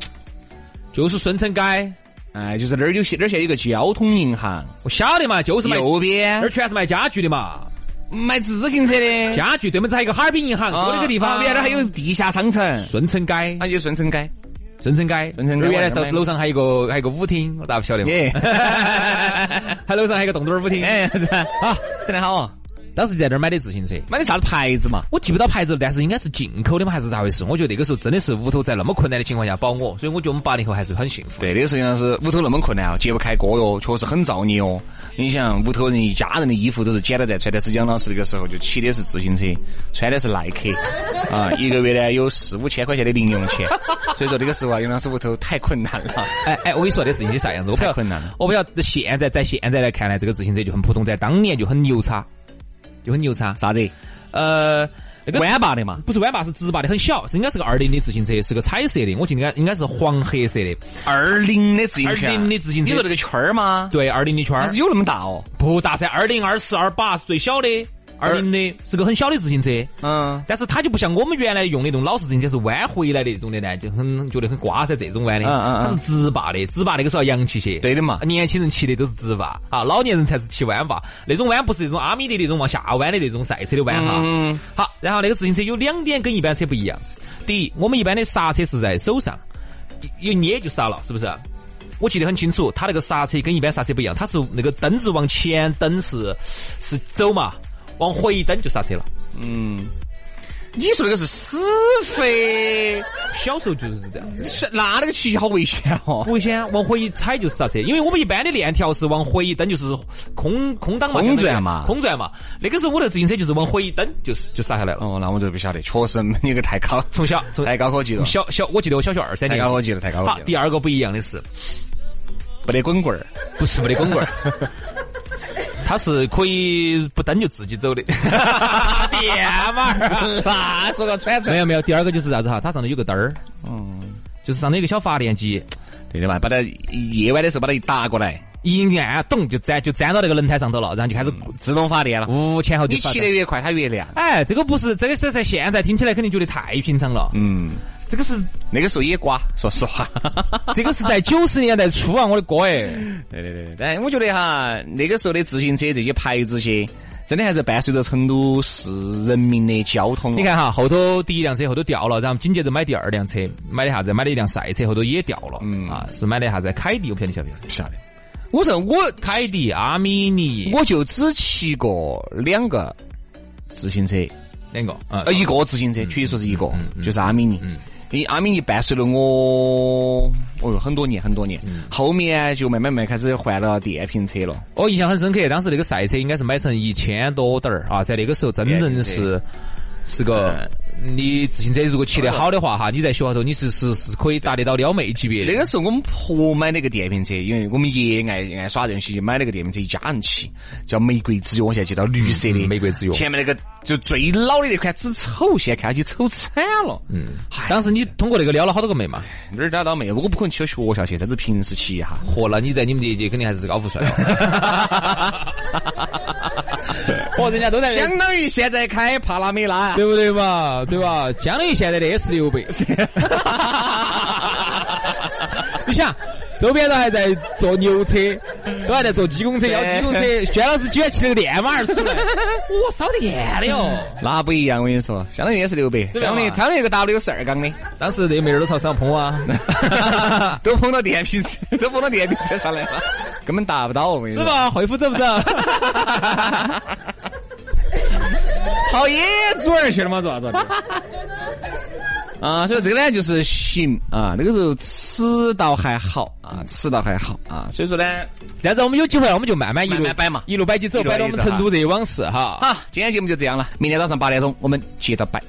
S3: 就是顺城街，
S2: 哎，哎，就是那儿有些那儿现在有个交通银行，
S3: 我晓得嘛，就是卖，
S2: 右
S3: 那
S2: 边
S3: 儿全是卖家具的嘛，
S2: 卖自行车的，
S3: 家具对门子还有个哈尔滨银行，
S2: 哎啊
S3: 我那个地方
S2: 旁边那儿还有地下商城，
S3: 顺城街，
S2: 那就顺城街。
S3: 顺城街，
S2: 顺城街
S3: 那儿原来
S2: 我也
S3: 是
S2: 买过
S3: 楼上还有个还有个舞厅，我咋不晓得嘛？
S2: 耶，
S3: <laughs> 还楼上还有个洞洞儿舞厅，
S2: 哎，是吧
S3: <laughs> 啊，
S2: 真的好哦，
S3: 当时在那儿买的自行车。
S2: 买的啥子牌子嘛？
S3: 我记不到牌子了，但是应该是进口的嘛，还是咋回事？我觉得那个时候真的是屋头在那么困难的情况下保我，所以我觉得我们八零后还是很幸福。
S2: 对，那个时候像是屋头那么困难哦，揭不开锅哟，确实很造孽哦。你想，屋头人一家人的衣服都是捡到再穿，但是杨老师那个时候就骑的是自行车，穿的是耐克，啊，一个月呢有四五千块钱的零用钱，所以说那个时候啊，杨老师屋头太困难了。
S3: 哎哎，我跟你说，这自行车啥样子？我不晓
S2: 太困难了
S3: 我不晓得现在在现在来看呢，这个自行车就很普通，在当年就很牛叉，就很牛叉。
S2: 啥子？
S3: 呃，那个
S2: 弯把的嘛，
S3: 不是弯把，是直把的，很小，是应该是个二零的自行车，是个彩色的，我记得应该应该是黄黑色的。
S2: 二零的自行车，啊
S3: 20的自行车
S2: 你说那个圈儿吗？
S3: 对，二零的圈
S2: 还
S3: 儿
S2: 是有那么大哦。
S3: 不大噻，二零、二四、二八是最小的，二零的，是个很小的自行车。
S2: 嗯，
S3: 但是它就不像我们原来用那种老式自行车是弯回来的那种的呢，就很觉得很瓜噻这种弯的，
S2: 嗯嗯嗯
S3: 它是直把的，直把那个是要洋气些。
S2: 对的嘛
S3: 啊，年轻人骑的都是直把啊，老年人才是骑弯把，那种弯不是那种阿米的那种往下弯的那种赛车的弯哈。
S2: 嗯，
S3: 好，然后那个自行车有两点跟一般车不一样，第一，我们一般的刹车是在手上，一一捏就刹了，是不是？我记得很清楚，它那个刹车跟一般刹车不一样，它是那个蹬子往前蹬是是走嘛，往回蹬就刹车了。
S2: 嗯，你说那个是死飞，
S3: 小时候就是这样子，
S2: 是那那个骑好危险
S3: <laughs>
S2: 哦。
S3: 危险，往回一踩就是刹车，因为我们一般的链条是往回一蹬就是空空档嘛，
S2: 空转嘛
S3: 空转嘛。那个时候我那自行车就是往回一蹬就是就刹下来了。
S2: 哦，那我就不晓得，确实你个太高，
S3: 从小从
S2: 太高科技了，
S3: 小小，我记得我小学二三
S2: 太
S3: 年
S2: 高科
S3: 级。
S2: 技了，太高科
S3: 好
S2: 技，了。
S3: 第二个不一样的是，
S2: 不得滚 <laughs> 棍儿，
S3: 不是没得滚棍儿，它是可以不蹬就自己走的。
S2: 爹嘛，那啊说个穿
S3: <laughs> 没有没有，第二个就是啥子哈？它上头有个灯儿，
S2: 嗯，
S3: 就是上头有个小发电机，
S2: 对的嘛，把它夜晚的时候把它一打过来，
S3: 一按咚就粘就粘到那个轮胎上头了，然后就开始
S2: 自动发电了。
S3: 呜前后就
S2: 嗯你
S3: 发
S2: 骑
S3: 动
S2: 得越快，它越亮。
S3: 哎，这个不是这个是在现在听起来肯定觉得太平常了，
S2: 嗯，
S3: 这个是
S2: 那个时候也瓜，说实 <laughs> 话。
S3: 这个是在九十年代初啊，我的哥哎，
S2: <laughs> 对对对，但我觉得哈，那个时候的自行车这些牌子些，真的还是伴随着成都市人民的交通。啊
S3: 你，看哈，后头第一辆车后头掉了，然后紧接着买第二辆车，买的啥子？买的一辆赛车，后头也掉了，
S2: 嗯
S3: 啊，是买的啥子？凯迪，我不晓得你晓不晓得？
S2: 不晓得。我说我
S3: 凯迪、阿米尼，
S2: 我就只骑过两个自行车，
S3: 两个，啊
S2: 呃，一个自行车，确实说是一个
S3: 嗯，嗯
S2: 就是阿米尼。
S3: 嗯
S2: 因为阿米尼伴随了我，哦哟，很多年很多年，
S3: 嗯
S2: 后面啊就慢慢慢开始换了电瓶车了。
S3: 我印象很深刻，当时那个赛车应该是买成一千多点儿啊，在那个时候真正是是个。
S2: 嗯
S3: 你自行车如果骑得好的话，哈，你在学校头你是是是可以达得到撩妹级别的。
S2: 那个时候我们婆买了个电瓶车，因为我们爷爱爱耍这东西，就买了个电瓶车，一家人骑，叫玫瑰之约。我现在记到绿色的、
S3: 嗯嗯玫瑰之约
S2: 前面那个就最老的那款，只丑，现在看起丑惨了。嗯，
S3: 当时你通过那个撩了好多个妹嘛？
S2: 哪儿打倒妹，我不可能去到学校去，啥子平时骑一下。
S3: 嚯，那你在你们这一届肯定还是高富 <laughs> 帅哦。嚯，哦人家都在
S2: 相当于现在开帕拉啊梅拉，
S3: 对不对嘛？对吧？相当于现在的 S 六 <laughs> 百。你想，周边都还在坐牛车，都还在坐鸡公车，要鸡公车，轩老师居然骑了个电马儿出 <laughs> 来，嗯我烧得电的哟！
S2: 那不一样，我跟你说，相当于也是六百，
S3: 对吧
S2: 相当于相当于一个 W 十二缸
S3: <laughs>
S2: 的，
S3: 当时那妹儿都朝上碰 <laughs> 啊，
S2: 都碰到电瓶车，都碰到电瓶车上来了，根本达不到，我跟你
S3: 是
S2: 说。
S3: 吧？会夫走不
S2: <laughs>
S3: 走？
S2: 跑野猪儿去了嘛，
S3: 做啥子？
S2: <laughs> 啊，所以这个呢就是行啊，那个时候吃到还好啊，吃到还好啊，所以说呢，
S3: 这样子我们有机会我们就慢慢一路
S2: 慢慢摆嘛
S3: 一路摆起走，
S2: 一路
S3: 摆到
S2: 摆
S3: 我
S2: 起
S3: 们
S2: 走
S3: 成都这些往事哈。
S2: 好，今天节目就这样了，明天早上八点钟我们接着摆。